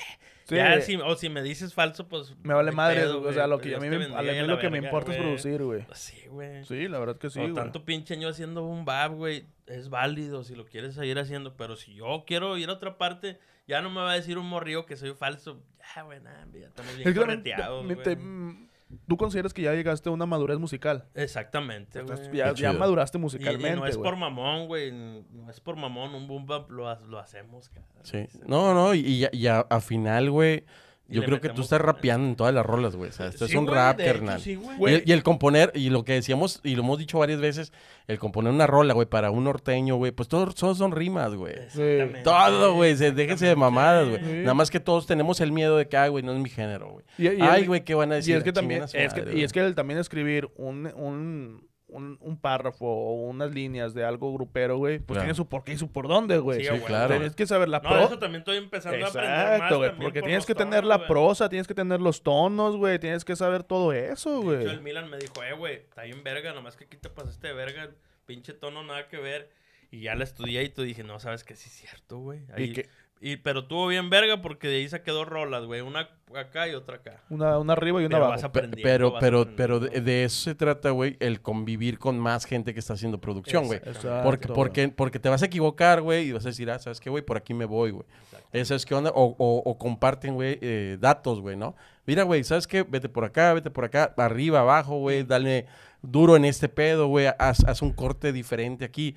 [SPEAKER 2] Sí,
[SPEAKER 3] ya,
[SPEAKER 2] güey.
[SPEAKER 3] si- o si me dices falso, pues.
[SPEAKER 2] Me vale
[SPEAKER 3] ni
[SPEAKER 2] madre,
[SPEAKER 3] pedo,
[SPEAKER 2] o sea,
[SPEAKER 3] güey,
[SPEAKER 2] lo
[SPEAKER 3] pues
[SPEAKER 2] que a
[SPEAKER 3] Dios
[SPEAKER 2] mí,
[SPEAKER 3] te
[SPEAKER 2] me, a
[SPEAKER 3] bendiga y
[SPEAKER 2] mí
[SPEAKER 3] a
[SPEAKER 2] lo
[SPEAKER 3] la
[SPEAKER 2] que me
[SPEAKER 3] verga,
[SPEAKER 2] importa es
[SPEAKER 3] güey.
[SPEAKER 2] producir, güey.
[SPEAKER 3] Pues sí, güey.
[SPEAKER 2] Sí, la verdad que sí,
[SPEAKER 3] o
[SPEAKER 2] güey.
[SPEAKER 3] tanto pinche año haciendo boom bap, güey. Es válido si lo quieres seguir haciendo. Pero si yo quiero ir a otra parte, ya no me va a decir un morrillo que soy falso. Ya, güey, nada, ya estamos bien
[SPEAKER 2] Es que también te-
[SPEAKER 3] correteados,
[SPEAKER 2] me-
[SPEAKER 3] güey.
[SPEAKER 2] te- mm, tú consideras que ya llegaste a una madurez musical.
[SPEAKER 3] Exactamente,
[SPEAKER 2] Estás-
[SPEAKER 3] güey.
[SPEAKER 2] ya,
[SPEAKER 4] Qué
[SPEAKER 2] ya
[SPEAKER 4] chido.
[SPEAKER 2] maduraste
[SPEAKER 3] Y- Y,
[SPEAKER 2] musicalmente,
[SPEAKER 3] no es
[SPEAKER 2] güey.
[SPEAKER 3] por mamón, güey. No es por mamón. Un boom bap lo, ha- lo hacemos, cara.
[SPEAKER 4] Sí. No, no, y, y, a- y a, a final, güey,
[SPEAKER 3] Y
[SPEAKER 4] yo
[SPEAKER 3] le
[SPEAKER 4] creo que tú
[SPEAKER 3] metemos
[SPEAKER 4] estás
[SPEAKER 3] con madre.
[SPEAKER 4] rapeando en todas las rolas, güey. O sea, esto
[SPEAKER 3] Sí,
[SPEAKER 4] es un
[SPEAKER 3] güey,
[SPEAKER 4] rap,
[SPEAKER 3] de hecho,
[SPEAKER 4] carnal.
[SPEAKER 3] sí, güey.
[SPEAKER 2] Pues
[SPEAKER 4] Y el, y el componer, y lo que decíamos, y lo hemos dicho varias veces, el componer una rola, güey, para un norteño, güey, pues todos, todos son rimas, güey.
[SPEAKER 3] Exactamente.
[SPEAKER 4] Todo, güey, se- déjense de
[SPEAKER 3] Exactamente.
[SPEAKER 4] mamadas, güey.
[SPEAKER 2] Sí.
[SPEAKER 4] Nada más que todos tenemos el miedo de que, ay, güey, no es mi género, güey.
[SPEAKER 2] Y- y
[SPEAKER 4] Ay,
[SPEAKER 2] es-
[SPEAKER 4] güey, ¿qué van a decir?
[SPEAKER 2] Y es que
[SPEAKER 4] Ah,
[SPEAKER 2] también,
[SPEAKER 4] chinguen a su
[SPEAKER 2] es que-
[SPEAKER 4] madre,
[SPEAKER 2] y
[SPEAKER 4] güey.
[SPEAKER 2] es que el también escribir un, un, un, un párrafo o unas líneas de algo grupero, güey, pues
[SPEAKER 4] Claro.
[SPEAKER 2] tiene su por qué y su por dónde, güey.
[SPEAKER 3] Sí, Sí, güey.
[SPEAKER 4] claro.
[SPEAKER 2] Tienes que saber la
[SPEAKER 3] No,
[SPEAKER 2] pro-
[SPEAKER 3] de eso también estoy empezando a aprender. más
[SPEAKER 2] Exacto, güey.
[SPEAKER 3] también
[SPEAKER 2] Porque
[SPEAKER 3] por
[SPEAKER 2] tienes
[SPEAKER 3] los
[SPEAKER 2] que tener
[SPEAKER 3] tonos,
[SPEAKER 2] la
[SPEAKER 3] güey.
[SPEAKER 2] prosa, tienes que tener los tonos, güey. Tienes que saber todo eso,
[SPEAKER 3] De hecho, el
[SPEAKER 2] güey.
[SPEAKER 3] Milan me dijo, eh, güey, está bien verga, nomás que aquí te pasaste de verga, pinche tono, nada que ver. Y ya la estudié y tú dije, no, sabes que sí es cierto, güey. Ahí-
[SPEAKER 2] Y que
[SPEAKER 3] y- pero tuvo bien verga porque de ahí saqué dos rolas, güey. Una acá y otra acá.
[SPEAKER 2] una, una arriba y una
[SPEAKER 3] Pero vas
[SPEAKER 2] abajo.
[SPEAKER 3] a-
[SPEAKER 4] Pe-
[SPEAKER 3] aprendiendo,
[SPEAKER 4] Pero,
[SPEAKER 3] vas
[SPEAKER 4] pero, pero
[SPEAKER 3] aprendiendo.
[SPEAKER 4] de, de eso se trata, güey, el convivir con más gente que está haciendo producción, güey.
[SPEAKER 2] Exacto,
[SPEAKER 4] Porque,
[SPEAKER 2] güey.
[SPEAKER 4] porque, porque te vas a equivocar, güey, y vas a decir, ah, ¿sabes qué, güey? Por aquí me voy, güey. Esa es que onda, o, o- o comparten, güey, eh, datos, güey, ¿no? Mira, güey, ¿sabes qué? Vete por acá, vete por acá, arriba, abajo, güey, dale duro en este pedo, güey, haz, haz un corte diferente aquí.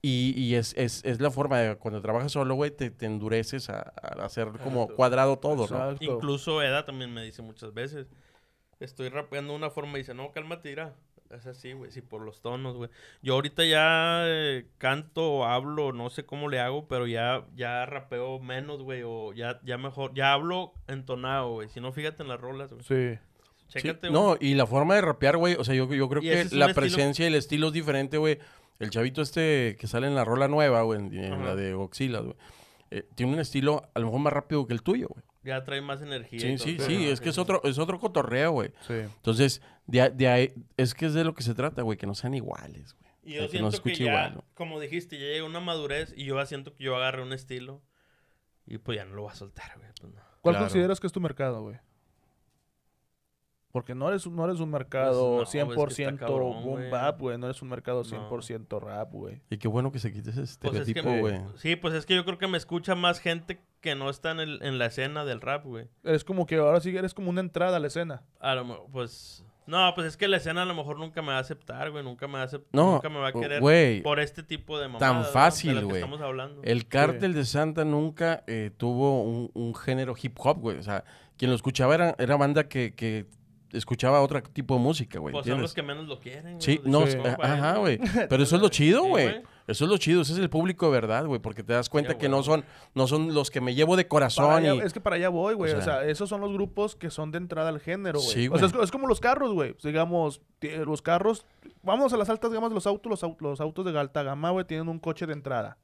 [SPEAKER 4] Y, y es, es, es la forma de cuando trabajas solo, güey, te, te endureces a, a hacer como cuadrado todo, ¿no?
[SPEAKER 2] Exacto.
[SPEAKER 3] Incluso Eda también me dice muchas veces, estoy rapeando de una forma y dice, no, cálmate, irá. Es así, güey, sí, por los tonos, güey. Yo ahorita ya eh, canto, hablo, no sé cómo le hago, pero ya, ya rapeo menos, güey, o ya, ya mejor, ya hablo entonado, güey. Si no, fíjate en las rolas, güey.
[SPEAKER 2] Sí.
[SPEAKER 4] Sí,
[SPEAKER 3] Chécate, güey.
[SPEAKER 4] no, y la forma de rapear, güey, o sea, yo, yo creo
[SPEAKER 3] Y
[SPEAKER 4] que
[SPEAKER 3] ese es un
[SPEAKER 4] la
[SPEAKER 3] estilo-
[SPEAKER 4] presencia y el estilo es diferente, güey. El chavito este que sale en la rola nueva, güey, en, en
[SPEAKER 3] Ajá.
[SPEAKER 4] la de Goxila, güey, eh, tiene un estilo a lo mejor más rápido que el tuyo, güey.
[SPEAKER 3] Ya trae más energía.
[SPEAKER 4] Sí,
[SPEAKER 3] y
[SPEAKER 4] sí,
[SPEAKER 3] todo.
[SPEAKER 4] sí, es que es otro, es otro cotorreo, güey.
[SPEAKER 2] Sí.
[SPEAKER 4] Entonces, de, a- de ahí, es que es de lo que se trata, güey, que no sean iguales, güey.
[SPEAKER 3] Y
[SPEAKER 4] O sea,
[SPEAKER 3] yo
[SPEAKER 4] que no
[SPEAKER 3] siento que
[SPEAKER 4] escuche
[SPEAKER 3] ya,
[SPEAKER 4] igual, güey.
[SPEAKER 3] como dijiste, ya llega una madurez y yo ya siento que yo agarré un estilo y pues ya no lo voy a soltar, güey. pues no.
[SPEAKER 2] ¿Cuál
[SPEAKER 4] Claro.
[SPEAKER 2] consideras que es tu mercado, güey? Porque no eres, un- no eres un mercado
[SPEAKER 3] Pues no, güey, es que está
[SPEAKER 2] 100%
[SPEAKER 3] cabrón,
[SPEAKER 2] boom
[SPEAKER 3] güey.
[SPEAKER 2] bap, güey. No eres un mercado
[SPEAKER 3] No.
[SPEAKER 2] 100% rap, güey.
[SPEAKER 4] Y qué bueno que se quite ese
[SPEAKER 3] Pues es que
[SPEAKER 4] estereotipo,
[SPEAKER 3] me-
[SPEAKER 4] güey.
[SPEAKER 3] Sí, pues es que yo creo que me escucha más gente que no está en, el- en la escena del rap, güey.
[SPEAKER 2] Eres como que ahora sí eres como una entrada a la escena.
[SPEAKER 3] A lo mejor, pues... No, pues es que la escena a lo mejor nunca me va a aceptar, güey. Nunca me va a acep-
[SPEAKER 4] No,
[SPEAKER 3] nunca me va a querer
[SPEAKER 4] güey,
[SPEAKER 3] por este tipo de mamadas. ¿no? De
[SPEAKER 4] fácil,
[SPEAKER 3] las que
[SPEAKER 4] güey. Eh,
[SPEAKER 3] estamos hablando.
[SPEAKER 4] El cártel de Santa nunca eh, tuvo un, un género hip hop, güey. O sea, quien lo escuchaba era, era banda que, que escuchaba otro tipo de música, güey.
[SPEAKER 3] Pues son
[SPEAKER 4] ¿entiendes?
[SPEAKER 3] los que menos lo quieren, güey,
[SPEAKER 4] Sí,
[SPEAKER 3] los de
[SPEAKER 4] no,
[SPEAKER 3] Chicago,
[SPEAKER 4] eh,
[SPEAKER 3] güey.
[SPEAKER 4] ajá, güey. Pero eso es lo chido,
[SPEAKER 3] Sí,
[SPEAKER 4] güey.
[SPEAKER 3] güey.
[SPEAKER 4] Eso es lo chido, ese es el público de verdad, güey, porque te das cuenta
[SPEAKER 3] a
[SPEAKER 4] que no
[SPEAKER 3] huevo.
[SPEAKER 4] son no son los que me llevo de
[SPEAKER 2] Para
[SPEAKER 4] corazón y
[SPEAKER 2] allá- es que para allá voy, güey.
[SPEAKER 4] o
[SPEAKER 2] O sea,
[SPEAKER 4] sea-
[SPEAKER 2] esos son los grupos que son de entrada al género, güey.
[SPEAKER 4] Sí,
[SPEAKER 2] o sea, es,
[SPEAKER 4] güey.
[SPEAKER 2] es como los carros, güey. Digamos, ti- los carros. Vamos a las altas gamas de los autos. Los, au- los autos de alta gama, güey, tienen un coche de entrada.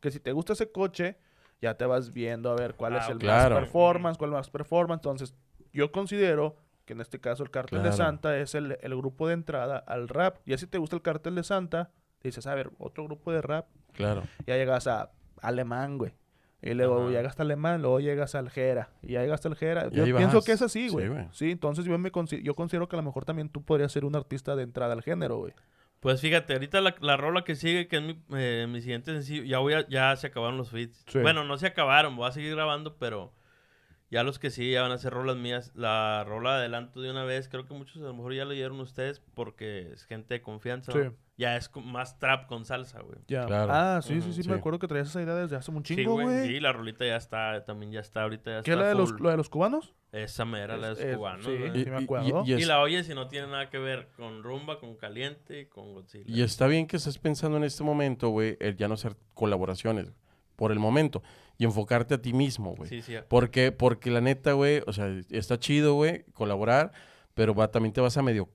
[SPEAKER 2] Que si te gusta ese coche, ya te vas viendo a ver cuál
[SPEAKER 3] Ah,
[SPEAKER 2] es el
[SPEAKER 4] claro.
[SPEAKER 2] más performance, cuál más performance. Entonces, yo considero que en este caso el cartel de
[SPEAKER 4] Claro.
[SPEAKER 2] Santa es el, el grupo de entrada al rap. Y así te gusta el cartel de Santa, dices, a ver, otro grupo de rap,
[SPEAKER 4] claro.
[SPEAKER 2] ya llegas a Alemán, güey. Y luego
[SPEAKER 3] Ajá.
[SPEAKER 2] llegas a Alemán, luego llegas a Aljera. Y ya llegas a Aljera.
[SPEAKER 4] Y
[SPEAKER 2] Yo
[SPEAKER 4] ahí
[SPEAKER 2] pienso
[SPEAKER 4] vas.
[SPEAKER 2] que es así,
[SPEAKER 4] Sí,
[SPEAKER 2] güey. Sí,
[SPEAKER 4] güey.
[SPEAKER 2] entonces yo, me consi- yo considero que a lo mejor también tú podrías ser un artista de entrada al género, güey.
[SPEAKER 3] Pues fíjate, ahorita la, la rola que sigue, que es mi, eh, mi siguiente sencillo, ya, voy a- ya se acabaron los feats.
[SPEAKER 2] Sí.
[SPEAKER 3] Bueno, no se acabaron, voy a seguir grabando, pero ya los que sí, ya van a ser rolas mías. La rola adelanto de una vez, creo que muchos a lo mejor ya leyeron ustedes porque es gente de confianza.
[SPEAKER 2] Sí.
[SPEAKER 3] ¿no? ya es con- más trap con salsa, güey.
[SPEAKER 2] Ya.
[SPEAKER 4] Claro.
[SPEAKER 2] Ah, sí, sí, sí,
[SPEAKER 4] Ujú,
[SPEAKER 2] me
[SPEAKER 4] sí.
[SPEAKER 2] acuerdo que traías esa idea desde hace un
[SPEAKER 3] Sí,
[SPEAKER 2] chingo,
[SPEAKER 3] güey.
[SPEAKER 2] güey.
[SPEAKER 3] Sí, la rolita ya está, también ya está, ahorita ya
[SPEAKER 2] ¿Qué es
[SPEAKER 3] está
[SPEAKER 2] la de, los,
[SPEAKER 3] full.
[SPEAKER 2] la de los cubanos?
[SPEAKER 3] Esa mera, la de los
[SPEAKER 2] Es- es-
[SPEAKER 3] cubanos,
[SPEAKER 2] sí.
[SPEAKER 3] güey.
[SPEAKER 2] Sí, me acuerdo.
[SPEAKER 4] y- y
[SPEAKER 3] Y
[SPEAKER 4] es-
[SPEAKER 3] la oyes y no tiene nada que ver con rumba, con caliente y con Godzilla.
[SPEAKER 4] Y está bien que estés pensando en este momento, güey, el ya no hacer colaboraciones por el momento y enfocarte a ti mismo, güey.
[SPEAKER 3] Sí, sí.
[SPEAKER 4] Porque, porque la neta, güey, o sea, está chido, güey, colaborar, pero va, también te vas a medio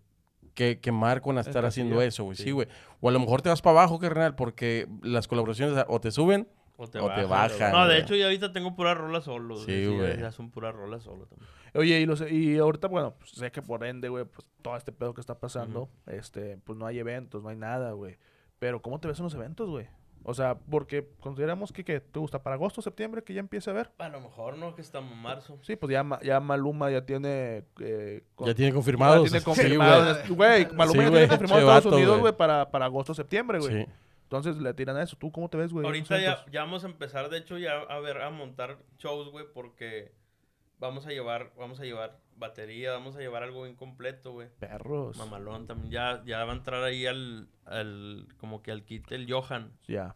[SPEAKER 4] que, quemar con estar haciendo eso, güey. Sí, güey. O a lo mejor te vas para abajo, carnal, porque las colaboraciones o te suben.
[SPEAKER 3] O te,
[SPEAKER 4] O te
[SPEAKER 3] bajan,
[SPEAKER 4] bajan,
[SPEAKER 3] No, de
[SPEAKER 4] güey.
[SPEAKER 3] hecho, ya ahorita tengo pura rola solo.
[SPEAKER 4] Sí,
[SPEAKER 3] Sí, güey.
[SPEAKER 4] güey.
[SPEAKER 3] Ya son pura rola solo también.
[SPEAKER 2] Oye, y, los, y ahorita, bueno, pues, sé que por ende, güey, pues todo este pedo que está pasando, este, pues no hay eventos, no hay nada, güey. Pero ¿cómo te ves en los eventos, güey? O sea, porque consideramos que, que te gusta para agosto, septiembre, que ya empiece a ver.
[SPEAKER 3] A lo mejor no, que estamos en marzo.
[SPEAKER 2] Sí, pues ya, Ma- ya Maluma ya tiene... eh, con-
[SPEAKER 4] Ya tiene confirmados.
[SPEAKER 2] Ya tiene
[SPEAKER 4] Sí, güey.
[SPEAKER 2] confirmado. Güey, Maluma
[SPEAKER 4] Sí,
[SPEAKER 2] ya tiene
[SPEAKER 4] güey,
[SPEAKER 2] confirmado
[SPEAKER 4] che
[SPEAKER 2] Estados
[SPEAKER 4] vato,
[SPEAKER 2] Unidos,
[SPEAKER 4] güey.
[SPEAKER 2] güey, para, para agosto, septiembre, güey.
[SPEAKER 4] Sí.
[SPEAKER 2] Entonces le tiran a eso. ¿Tú cómo te ves, güey? en los
[SPEAKER 3] Ahorita ya,
[SPEAKER 2] eventos?
[SPEAKER 3] ya vamos a empezar, de hecho, ya a ver, a montar shows, güey, porque vamos a llevar, vamos a llevar batería, vamos a llevar algo incompleto, güey.
[SPEAKER 2] Perros.
[SPEAKER 4] Pues
[SPEAKER 3] Mamalón también, ya, ya va a entrar ahí al, al, como que al kit el Johan.
[SPEAKER 2] Ya.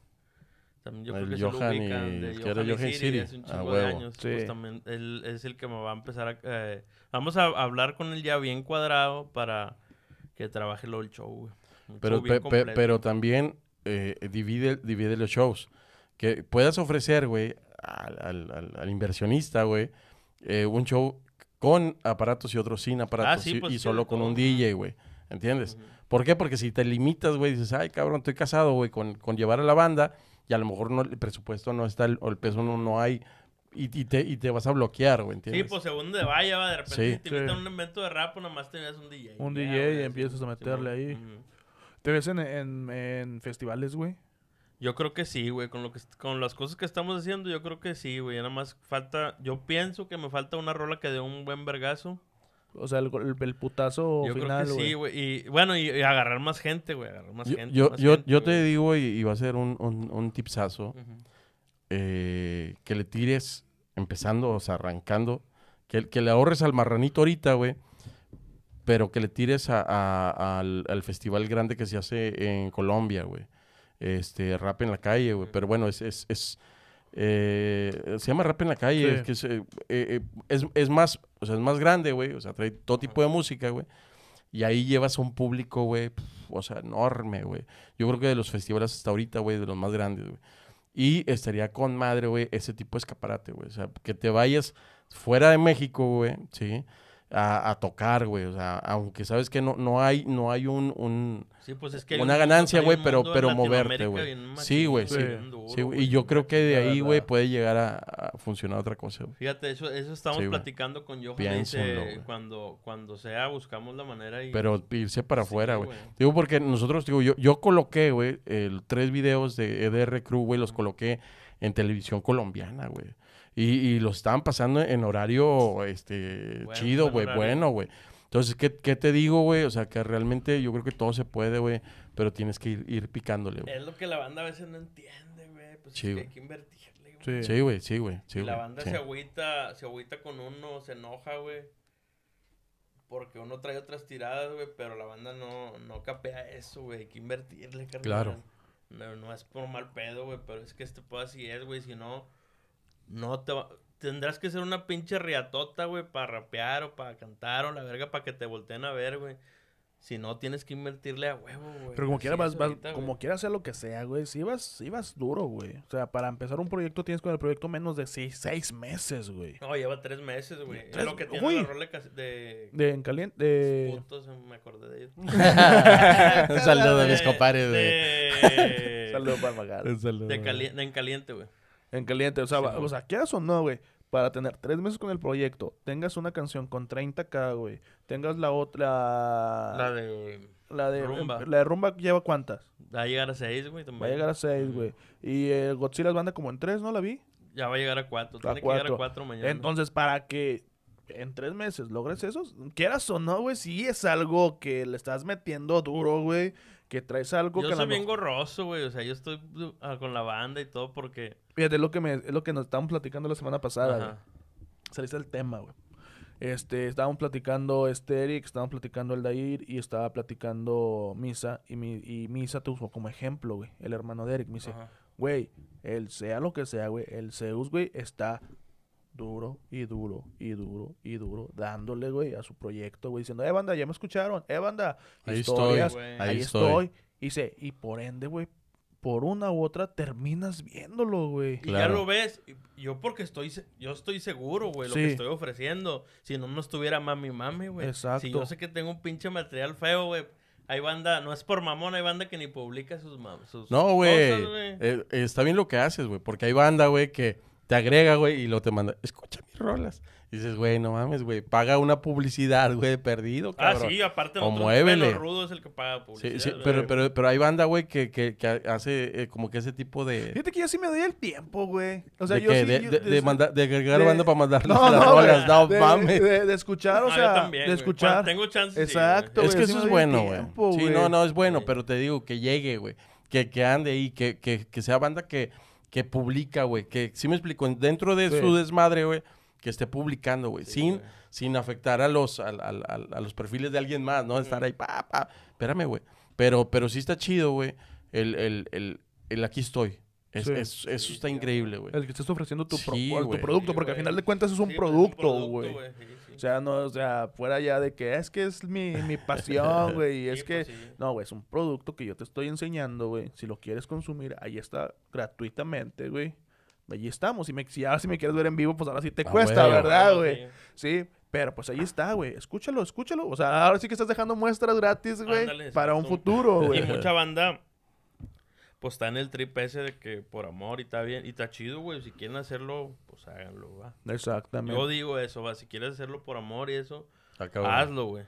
[SPEAKER 3] También yo
[SPEAKER 4] El
[SPEAKER 3] creo que se lo
[SPEAKER 4] Johan
[SPEAKER 3] ubican,
[SPEAKER 4] y-
[SPEAKER 3] de
[SPEAKER 4] que era Johan
[SPEAKER 3] City,
[SPEAKER 4] City.
[SPEAKER 3] hace un
[SPEAKER 4] A
[SPEAKER 3] chingo de
[SPEAKER 4] huevo.
[SPEAKER 3] años.
[SPEAKER 2] Sí.
[SPEAKER 3] Pues también él es el que me va a empezar a... eh, vamos a hablar con él ya bien cuadrado para que trabaje lo del show, güey. Un
[SPEAKER 4] Pero,
[SPEAKER 3] show bien
[SPEAKER 4] pe- pe-
[SPEAKER 3] completo.
[SPEAKER 4] pero también eh, divide, divide los shows. Que puedas ofrecer, güey, al, al- al- al inversionista, güey, eh, un show con aparatos y otro sin aparatos
[SPEAKER 3] sí,
[SPEAKER 4] y,
[SPEAKER 3] pues,
[SPEAKER 4] y
[SPEAKER 3] sí, de
[SPEAKER 4] solo con
[SPEAKER 3] todo.
[SPEAKER 4] un DJ, güey. ¿Entiendes?
[SPEAKER 3] Ujú.
[SPEAKER 4] ¿Por qué? Porque si te limitas, güey, dices, ay, cabrón, estoy casado, güey, con, con llevar a la banda y a lo mejor no, el presupuesto no está el- o el peso no, no hay y, y te, y te vas a bloquear, güey,
[SPEAKER 3] Sí,
[SPEAKER 4] ¿entiendes?
[SPEAKER 3] pues según de vaya, va, de repente
[SPEAKER 4] Sí.
[SPEAKER 3] si te invitan
[SPEAKER 2] Sí.
[SPEAKER 3] a un evento de rap, pues, nomás tenías un DJ.
[SPEAKER 2] Un
[SPEAKER 3] Ya,
[SPEAKER 2] DJ
[SPEAKER 3] güey,
[SPEAKER 2] y
[SPEAKER 3] así,
[SPEAKER 2] empiezas a meterle
[SPEAKER 3] Simón.
[SPEAKER 2] ahí.
[SPEAKER 3] Ujú.
[SPEAKER 2] ¿Te ves en, en, en festivales, güey?
[SPEAKER 3] Yo creo que sí, güey, con lo que est- con las cosas que estamos haciendo, yo creo que sí, güey, nada más falta, yo pienso que me falta una rola que dé un buen vergazo.
[SPEAKER 2] O sea, el, gol- el, putazo
[SPEAKER 3] Yo
[SPEAKER 2] final,
[SPEAKER 3] creo que sí,
[SPEAKER 2] güey.
[SPEAKER 3] güey. Y bueno, y, y agarrar más gente, güey. Agarrar más
[SPEAKER 4] Yo,
[SPEAKER 3] gente.
[SPEAKER 4] yo,
[SPEAKER 3] más
[SPEAKER 4] yo,
[SPEAKER 3] gente,
[SPEAKER 4] yo te
[SPEAKER 3] güey.
[SPEAKER 4] digo, y, y va a ser un, un, un tipsazo,
[SPEAKER 3] Ujú.
[SPEAKER 4] eh, que le tires, empezando, o sea, arrancando, que, que le ahorres al marranito ahorita, güey, pero que le tires a- a- al, al festival grande que se hace en Colombia, güey. Este, rap en la calle, güey. Pero bueno, es... es, es, eh, se llama rap en la calle,
[SPEAKER 2] Sí.
[SPEAKER 4] es, que es, eh, eh, es- es más, o sea, es más grande, güey, o sea, trae todo tipo de música, güey, y ahí llevas a un público, güey, pf, o sea, enorme, güey. Yo creo que de los festivales hasta ahorita, güey, de los más grandes, güey. Y estaría con madre, güey, ese tipo de escaparate, güey. O sea, que te vayas fuera de México, güey, ¿sí? A, a tocar, güey. O sea, aunque sabes que no, no hay, no hay un, un-
[SPEAKER 3] Sí, pues es que. hay
[SPEAKER 4] una
[SPEAKER 3] un-
[SPEAKER 4] ganancia,
[SPEAKER 3] hay
[SPEAKER 4] güey,
[SPEAKER 3] un
[SPEAKER 4] pero,
[SPEAKER 3] mundo en
[SPEAKER 4] pero moverte,
[SPEAKER 3] Latinoamérica
[SPEAKER 4] güey.
[SPEAKER 3] bien machín,
[SPEAKER 4] Sí, güey, sí.
[SPEAKER 2] güey,
[SPEAKER 3] bien duro,
[SPEAKER 4] Sí, güey,
[SPEAKER 3] güey.
[SPEAKER 4] y yo creo que de
[SPEAKER 2] La
[SPEAKER 4] ahí, güey,
[SPEAKER 2] verdad.
[SPEAKER 4] puede llegar a, a funcionar otra cosa, güey.
[SPEAKER 3] Fíjate, eso, eso estamos
[SPEAKER 4] Sí, güey.
[SPEAKER 3] platicando con Johan. y
[SPEAKER 4] Piénsenlo,
[SPEAKER 3] Dice,
[SPEAKER 4] güey.
[SPEAKER 3] cuando, cuando sea, buscamos la manera y.
[SPEAKER 4] Pero irse para
[SPEAKER 3] Sí,
[SPEAKER 4] afuera, güey. Digo, porque nosotros, digo, yo, yo coloqué, güey, el- tres videos de EDR Crew, güey, los coloqué en televisión colombiana, güey. Y, y los estaban pasando en horario, este,
[SPEAKER 3] Bueno,
[SPEAKER 4] chido,
[SPEAKER 3] buen
[SPEAKER 4] güey,
[SPEAKER 3] horario.
[SPEAKER 4] bueno, güey. Entonces, ¿qué, qué te digo, güey? O sea, que realmente yo creo que todo se puede, güey, pero tienes que ir, ir picándole, güey.
[SPEAKER 3] Es lo que la banda a veces no entiende, güey. Pues
[SPEAKER 4] Sí,
[SPEAKER 3] es que
[SPEAKER 4] güey.
[SPEAKER 3] hay que invertirle,
[SPEAKER 2] Sí.
[SPEAKER 3] güey.
[SPEAKER 4] Sí, güey, sí, güey, sí,
[SPEAKER 3] y
[SPEAKER 4] güey.
[SPEAKER 3] la banda
[SPEAKER 4] sí.
[SPEAKER 3] se agüita, se agüita con uno, se enoja, güey. Porque uno trae otras tiradas, güey, pero la banda no, no capea eso, güey. Hay que invertirle, carnal.
[SPEAKER 4] Claro.
[SPEAKER 3] No, no es por mal pedo, güey, pero es que este pedo así es, güey. Si no, no te va- Tendrás que ser una pinche riatota, güey, para rapear o para cantar o la verga para que te volteen a ver, güey. Si no, tienes que invertirle a huevo, güey.
[SPEAKER 2] Pero como
[SPEAKER 3] Así
[SPEAKER 2] quiera,
[SPEAKER 3] es
[SPEAKER 2] vas, vas-
[SPEAKER 3] ahorita, güey.
[SPEAKER 2] como quiera hacer lo que sea, güey. Si vas, si vas duro, güey. O sea, para empezar un proyecto tienes con el proyecto menos de seis, seis meses, güey.
[SPEAKER 3] No, lleva tres meses, güey. Es
[SPEAKER 2] Tres-
[SPEAKER 3] lo que tiene
[SPEAKER 2] uy.
[SPEAKER 3] la rola de cas- de
[SPEAKER 2] De en caliente. De...
[SPEAKER 3] Putos, me acordé de ellos.
[SPEAKER 4] Un saludo de mis
[SPEAKER 3] De-
[SPEAKER 4] compadres, güey.
[SPEAKER 3] de-
[SPEAKER 2] Saludos para Magal.
[SPEAKER 4] Un saludo,
[SPEAKER 3] de
[SPEAKER 4] güey.
[SPEAKER 3] cali- de en caliente, güey.
[SPEAKER 2] En caliente, o sea,
[SPEAKER 3] Sí,
[SPEAKER 2] va-
[SPEAKER 3] güey.
[SPEAKER 2] o sea, quieras o no, güey, para tener tres meses con el proyecto, tengas una canción con 30k, güey, tengas la otra...
[SPEAKER 3] La de.
[SPEAKER 2] la de
[SPEAKER 3] rumba.
[SPEAKER 2] La de rumba lleva cuántas?
[SPEAKER 3] Va a llegar a seis, güey. también.
[SPEAKER 2] Va a llegar a seis, güey. Y eh, Godzilla banda como en tres, ¿no la vi?
[SPEAKER 3] Ya va a llegar a cuatro. Tiene que llegar
[SPEAKER 2] cuatro.
[SPEAKER 3] a cuatro mañana.
[SPEAKER 2] Entonces, para que en tres meses logres eso, quieras o no, güey, si es algo que le estás metiendo duro, güey, que traes algo
[SPEAKER 3] yo
[SPEAKER 2] que a la
[SPEAKER 3] soy bien
[SPEAKER 2] mejor-
[SPEAKER 3] gorroso, güey. O sea, yo estoy ah, con la banda y todo porque.
[SPEAKER 2] Ah, Fíjate, es lo que, me, es lo que nos estábamos platicando la semana pasada,
[SPEAKER 3] Ajá.
[SPEAKER 2] güey. Saliste el tema, güey. Este, estábamos platicando este Eric, estábamos platicando el Dair y estaba platicando Misa. Y, mi, y Misa te usó como ejemplo, güey, el hermano de Eric. Me dice,
[SPEAKER 3] Ajá.
[SPEAKER 2] güey, el sea lo que sea, güey, el Zeus, güey, está duro y duro y duro y duro dándole, güey, a su proyecto, güey, diciendo, eh, banda, ya me escucharon, eh, banda,
[SPEAKER 4] Ahí estoy,
[SPEAKER 2] historias,
[SPEAKER 3] güey.
[SPEAKER 2] ahí
[SPEAKER 4] ahí
[SPEAKER 2] estoy.
[SPEAKER 4] estoy.
[SPEAKER 2] Y dice, y por ende, güey, por una u otra terminas viéndolo, güey.
[SPEAKER 3] Y ya
[SPEAKER 4] Claro.
[SPEAKER 3] lo ves, y- yo porque estoy, se- yo estoy seguro, güey, lo
[SPEAKER 2] Sí.
[SPEAKER 3] que estoy ofreciendo. Si no, no estuviera mami mami, güey.
[SPEAKER 2] Exacto.
[SPEAKER 3] Si yo sé que tengo un pinche material feo, güey. Hay banda, no es por mamón, hay banda que ni publica sus mam- sus
[SPEAKER 4] No, güey.
[SPEAKER 3] cosas, güey.
[SPEAKER 4] Eh, está bien lo que haces, güey. Porque hay banda, güey, que te agrega, güey, y lo te manda. Escucha mis rolas. Y dices, güey, no mames, güey. Paga una publicidad, güey, perdido,
[SPEAKER 3] Ah,
[SPEAKER 4] cabrón.
[SPEAKER 3] sí, aparte
[SPEAKER 4] O
[SPEAKER 3] nosotros
[SPEAKER 4] muévele.
[SPEAKER 3] pelo rudo es el que paga publicidad. eh.
[SPEAKER 4] Sí, sí,
[SPEAKER 3] güey.
[SPEAKER 4] pero, pero, pero hay banda, güey, que, que, que hace eh, como que ese tipo de.
[SPEAKER 2] Fíjate que yo sí me doy el tiempo, güey. O sea,
[SPEAKER 4] de,
[SPEAKER 2] yo
[SPEAKER 4] que-
[SPEAKER 2] sí...
[SPEAKER 4] de,
[SPEAKER 2] yo-
[SPEAKER 4] de- de
[SPEAKER 2] de-
[SPEAKER 4] manda- de agregar
[SPEAKER 2] de-
[SPEAKER 4] banda para mandar
[SPEAKER 2] No,
[SPEAKER 4] las
[SPEAKER 2] no,
[SPEAKER 4] rolas. No
[SPEAKER 2] de-
[SPEAKER 4] mames.
[SPEAKER 2] de, de escuchar, o
[SPEAKER 3] No, Ah, yo
[SPEAKER 2] sea,
[SPEAKER 3] también,
[SPEAKER 2] de
[SPEAKER 3] güey.
[SPEAKER 2] escuchar.
[SPEAKER 3] Cuando tengo chance, sí, güey.
[SPEAKER 2] Exacto,
[SPEAKER 4] Es que
[SPEAKER 2] sí
[SPEAKER 4] eso es
[SPEAKER 2] me doy
[SPEAKER 4] bueno,
[SPEAKER 2] tiempo,
[SPEAKER 4] güey. Sí,
[SPEAKER 2] güey.
[SPEAKER 4] no, no, es bueno,
[SPEAKER 3] Sí.
[SPEAKER 4] pero te digo que llegue, güey. Que, que ande ahí, que, que, que sea banda que, que publica, güey. Que, si me explico, dentro de
[SPEAKER 2] Sí.
[SPEAKER 4] su desmadre, güey, que esté publicando, güey. sin,
[SPEAKER 3] güey.
[SPEAKER 4] sin afectar a los, al- al- al- a, los perfiles de alguien más, ¿no? Estar ahí, pa, pa. Espérame, güey. Pero, pero sí está chido, güey. El, el, el, el aquí estoy. Es-
[SPEAKER 2] Sí.
[SPEAKER 4] es- eso está increíble, güey.
[SPEAKER 2] El que estés ofreciendo tu,
[SPEAKER 4] Sí,
[SPEAKER 2] pro- tu
[SPEAKER 4] güey.
[SPEAKER 2] producto,
[SPEAKER 3] Sí,
[SPEAKER 2] porque al
[SPEAKER 3] güey.
[SPEAKER 2] final de cuentas es un
[SPEAKER 3] Sí, pues,
[SPEAKER 2] producto, güey.
[SPEAKER 3] Sí, sí.
[SPEAKER 2] O sea, no, o sea, fuera ya de que es que es mi, mi pasión, güey, y es
[SPEAKER 3] Sí,
[SPEAKER 2] que...
[SPEAKER 3] pues, sí.
[SPEAKER 2] No, güey, es un producto que yo te estoy enseñando, güey. Si lo quieres consumir, ahí está gratuitamente, güey. Ahí estamos. Si, me, si ahora si me quieres ver en vivo, pues ahora sí te
[SPEAKER 4] Ah,
[SPEAKER 2] cuesta,
[SPEAKER 4] güey.
[SPEAKER 2] ¿verdad,
[SPEAKER 3] Ah,
[SPEAKER 2] güey?
[SPEAKER 3] sí.
[SPEAKER 2] Sí, pero pues ahí está, güey. Escúchalo, escúchalo. O sea, ahora sí que estás dejando muestras gratis, güey,
[SPEAKER 3] Ándale,
[SPEAKER 2] para un
[SPEAKER 3] exacto.
[SPEAKER 2] futuro,
[SPEAKER 4] Oh,
[SPEAKER 3] Y
[SPEAKER 2] güey.
[SPEAKER 3] mucha banda, pues está en el trip ese de que por amor y está bien, y está chido, güey. Si quieren hacerlo, pues háganlo, va. Yo
[SPEAKER 2] Exactamente.
[SPEAKER 3] digo eso, va. Si quieres hacerlo por amor y eso,
[SPEAKER 4] Está cabrón.
[SPEAKER 3] hazlo, güey.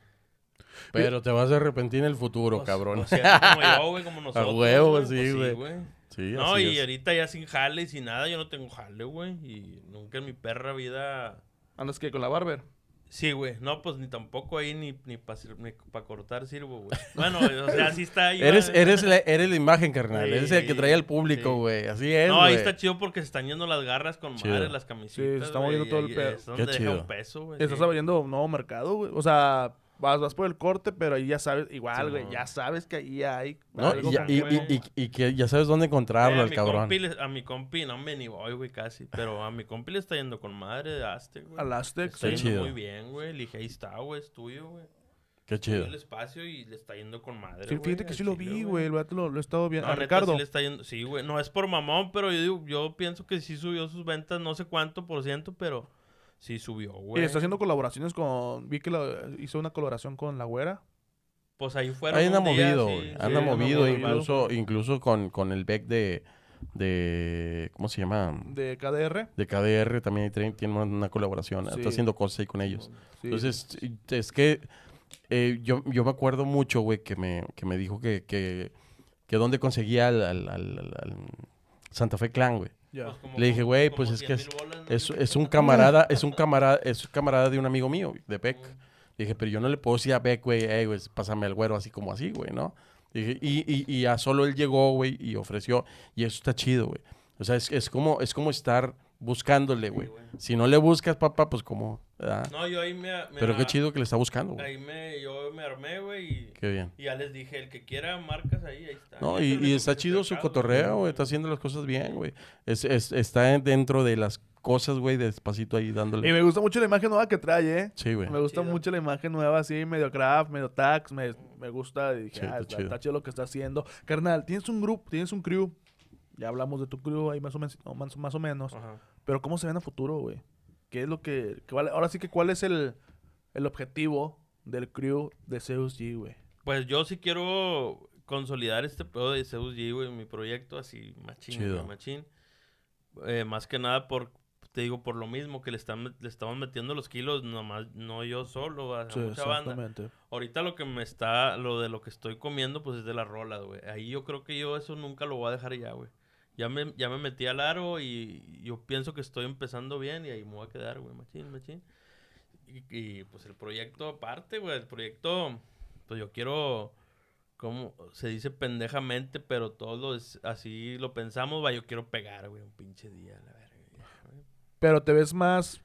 [SPEAKER 4] Pero te vas a arrepentir en el futuro,
[SPEAKER 3] Pues,
[SPEAKER 4] cabrón.
[SPEAKER 3] pues, si así como yo, güey, como nosotros.
[SPEAKER 4] huevo,
[SPEAKER 3] güey,
[SPEAKER 4] sí,
[SPEAKER 3] pues,
[SPEAKER 4] güey. Sí,
[SPEAKER 3] No,
[SPEAKER 4] así
[SPEAKER 3] y
[SPEAKER 4] es.
[SPEAKER 3] ahorita ya sin jale y sin nada, yo no tengo jale, güey. Y nunca en mi perra vida.
[SPEAKER 2] ¿Andas que con la barber?
[SPEAKER 3] Sí, güey. No, pues ni tampoco ahí ni, ni para cortar sirvo, güey. Bueno, o sea, así está ahí.
[SPEAKER 4] Eres,
[SPEAKER 3] va.
[SPEAKER 4] eres, la, eres la imagen, carnal.
[SPEAKER 3] Sí,
[SPEAKER 4] eres el que trae al público,
[SPEAKER 3] sí.
[SPEAKER 4] güey. Así es,
[SPEAKER 3] No,
[SPEAKER 4] güey.
[SPEAKER 3] ahí está chido porque se están yendo las garras con
[SPEAKER 4] Chido.
[SPEAKER 3] madre, las camisitas.
[SPEAKER 2] Sí, se está
[SPEAKER 3] güey,
[SPEAKER 2] moviendo todo el
[SPEAKER 3] ahí
[SPEAKER 2] pedo.
[SPEAKER 3] Es donde
[SPEAKER 4] Qué
[SPEAKER 3] deja
[SPEAKER 4] chido.
[SPEAKER 3] un peso, güey.
[SPEAKER 2] Estás
[SPEAKER 3] sí. Eh,
[SPEAKER 2] abriendo un nuevo mercado, güey. O sea, vas, vas por el corte, pero ahí ya sabes, igual,
[SPEAKER 3] Sí,
[SPEAKER 2] güey,
[SPEAKER 3] no.
[SPEAKER 2] ya sabes que ahí hay.
[SPEAKER 4] No,
[SPEAKER 2] algo
[SPEAKER 4] y, ya-
[SPEAKER 2] que-
[SPEAKER 4] y-
[SPEAKER 3] güey.
[SPEAKER 4] y- y- y que ya sabes dónde encontrarlo,
[SPEAKER 3] Eh, a,
[SPEAKER 4] al
[SPEAKER 3] mi
[SPEAKER 4] cabrón.
[SPEAKER 3] compi, le- a mi compi, no me ni voy, güey, casi. Pero a mi compi le está yendo con madre de Aztec, güey.
[SPEAKER 2] Al Aztec,
[SPEAKER 3] Está
[SPEAKER 2] sí.
[SPEAKER 3] yendo
[SPEAKER 4] chido.
[SPEAKER 3] muy bien, güey. Le dije, ahí está, güey, es tuyo, güey.
[SPEAKER 4] Qué
[SPEAKER 3] Tuyo
[SPEAKER 4] chido.
[SPEAKER 3] El espacio y le está yendo con madre.
[SPEAKER 2] Sí,
[SPEAKER 3] güey,
[SPEAKER 2] Fíjate que
[SPEAKER 3] al
[SPEAKER 2] sí lo
[SPEAKER 3] chile,
[SPEAKER 2] vi, güey. El vato lo, lo he estado
[SPEAKER 3] No,
[SPEAKER 2] viendo. a
[SPEAKER 3] neta,
[SPEAKER 2] Ricardo.
[SPEAKER 3] sí le está yendo. Sí, güey. No es por mamón, pero yo digo, yo pienso que sí subió sus ventas, no sé cuánto por ciento, pero sí subió, güey.
[SPEAKER 2] Y está haciendo colaboraciones con. Vi que la- hizo una colaboración con La Güera.
[SPEAKER 3] Pues ahí fueron.
[SPEAKER 4] Ahí anda
[SPEAKER 3] un día,
[SPEAKER 4] movido,
[SPEAKER 3] sí,
[SPEAKER 4] güey.
[SPEAKER 3] sí,
[SPEAKER 4] Anda
[SPEAKER 2] anda
[SPEAKER 4] movido,
[SPEAKER 2] movido.
[SPEAKER 4] incluso, incluso con, con el Beck de, de. ¿Cómo se llama?
[SPEAKER 2] De KDR.
[SPEAKER 4] De KDR también traen- tiene una, una colaboración.
[SPEAKER 2] Sí.
[SPEAKER 4] Está haciendo cosas ahí con ellos.
[SPEAKER 2] Sí.
[SPEAKER 4] Entonces, sí, es que eh, yo, yo me acuerdo mucho, güey, que me, que me dijo que, que, que dónde conseguía al, al- al- al- al Santa Fe Clan, güey.
[SPEAKER 2] Ya.
[SPEAKER 3] Pues como-
[SPEAKER 4] Le dije, güey,
[SPEAKER 3] como
[SPEAKER 4] pues es que
[SPEAKER 3] 100,000 bolas, ¿no?
[SPEAKER 4] Es, es un camarada, es un camarada, es un camarada de un amigo mío, de Beck. Dije, pero yo no le puedo decir a Beck, güey, "Ey, güey, pásame al güero así como así, güey, ¿no? Dije, y, y, y ya solo él llegó, güey, y ofreció. Y eso está chido, güey. O sea, es, es como, es como estar buscándole, güey.
[SPEAKER 3] güey.
[SPEAKER 4] Si no le buscas, papá, pues como... ¿verdad?
[SPEAKER 3] No, yo ahí me. me-
[SPEAKER 4] pero qué chido que le está buscando, güey.
[SPEAKER 3] Ahí me, yo me armé, güey. Y,
[SPEAKER 4] Qué bien.
[SPEAKER 3] y ya les dije, el que quiera marcas ahí, ahí está.
[SPEAKER 4] No,
[SPEAKER 3] Ya
[SPEAKER 4] y,
[SPEAKER 3] se les
[SPEAKER 4] y está
[SPEAKER 3] ofrece
[SPEAKER 4] chido su
[SPEAKER 3] mercado,
[SPEAKER 4] cotorreo, güey. Está haciendo las cosas bien, güey. Es, es- está en- dentro de las cosas, güey, despacito ahí
[SPEAKER 2] Y
[SPEAKER 4] dándole.
[SPEAKER 2] me gusta mucho la imagen nueva que trae, ¿eh?
[SPEAKER 4] Sí, güey.
[SPEAKER 2] Me gusta
[SPEAKER 3] Chido.
[SPEAKER 2] mucho la imagen nueva, así, medio craft, medio tax. Me, me gusta. Y dije, ah,
[SPEAKER 4] Sí, está
[SPEAKER 2] está,
[SPEAKER 4] chido.
[SPEAKER 2] está chido lo que está haciendo. Carnal, tienes un grupo, tienes un crew. Ya hablamos de tu crew ahí más o, men- no, más, más o menos.
[SPEAKER 3] Ajá.
[SPEAKER 2] Pero ¿cómo se ven a futuro, güey? ¿Qué es lo que... cuál- ahora sí que cuál es el, el objetivo del crew de Zeus G, güey?
[SPEAKER 3] Pues yo sí quiero consolidar este pedo de Zeus G, güey, mi proyecto así, machín, güey,
[SPEAKER 4] Chido.
[SPEAKER 3] machín. Eh, más que nada por, te digo, por lo mismo que le, están, le estamos metiendo los kilos, nomás, no yo solo, a
[SPEAKER 2] Sí,
[SPEAKER 3] mucha banda.
[SPEAKER 2] exactamente.
[SPEAKER 3] Ahorita lo que me está, lo de lo que estoy comiendo, pues es de las rolas, güey. Ahí yo creo que yo eso nunca lo voy a dejar ya, güey. Ya me, ya me metí al aro y yo pienso que estoy empezando bien y ahí me voy a quedar, güey, machín, machín. Y, y, pues el proyecto aparte, güey, el proyecto, pues yo quiero, como se dice pendejamente, pero todos así lo pensamos, va, yo quiero pegar, güey, un pinche día, la verga.
[SPEAKER 2] Pero te ves más...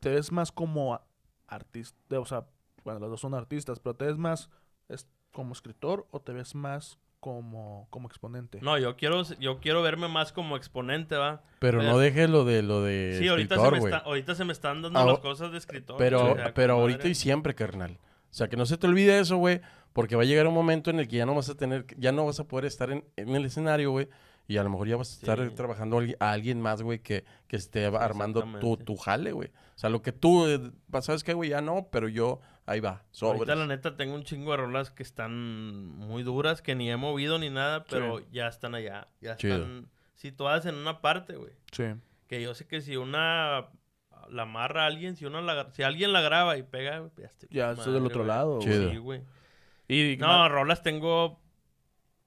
[SPEAKER 2] te ves más como artista, o sea, bueno, los dos son artistas, pero te ves más es- como escritor o te ves más como, como exponente.
[SPEAKER 3] No, yo quiero, yo quiero verme más como exponente, ¿va?
[SPEAKER 4] Pero no dejes lo de lo de
[SPEAKER 3] Sí, ahorita,
[SPEAKER 4] escritor,
[SPEAKER 3] se me
[SPEAKER 4] güey.
[SPEAKER 3] está- ahorita se me están dando
[SPEAKER 4] Ahor-
[SPEAKER 3] las cosas de escritor.
[SPEAKER 4] Pero,
[SPEAKER 3] o sea,
[SPEAKER 4] pero
[SPEAKER 3] compadre.
[SPEAKER 4] ahorita y siempre, carnal. O sea, que no se te olvide eso, güey, porque va a llegar un momento en el que ya no vas a tener, ya no vas a poder estar en, en el escenario, güey, y a lo mejor ya vas a estar
[SPEAKER 3] Sí.
[SPEAKER 4] trabajando a alguien- a alguien más, güey, que, que esté armando tu,
[SPEAKER 3] Exactamente.
[SPEAKER 4] tu jale, güey. O sea, lo que tú, eh, ¿sabes qué, güey? Ya no, pero yo, ahí va,
[SPEAKER 3] Ahorita
[SPEAKER 4] sobres.
[SPEAKER 3] la neta tengo un chingo de rolas que están muy duras, que ni he movido ni nada, pero ya están allá. Ya
[SPEAKER 4] Chido.
[SPEAKER 3] están situadas en una parte, güey.
[SPEAKER 2] Sí.
[SPEAKER 3] Que yo sé que si una la amarra a alguien, si una la- si alguien la graba y pega, güey, pues ya estoy
[SPEAKER 2] Ya
[SPEAKER 3] con
[SPEAKER 2] estás del
[SPEAKER 3] madre,
[SPEAKER 2] otro
[SPEAKER 3] güey.
[SPEAKER 2] lado. güey.
[SPEAKER 4] Chido.
[SPEAKER 3] Sí, güey.
[SPEAKER 2] Y,
[SPEAKER 3] No, rolas tengo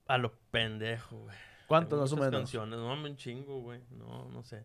[SPEAKER 3] a los pendejos, güey.
[SPEAKER 2] ¿Cuántas
[SPEAKER 3] Tengo
[SPEAKER 2] más o
[SPEAKER 3] muchas
[SPEAKER 2] menos?
[SPEAKER 3] canciones, no mames, un chingo, güey. No, no sé.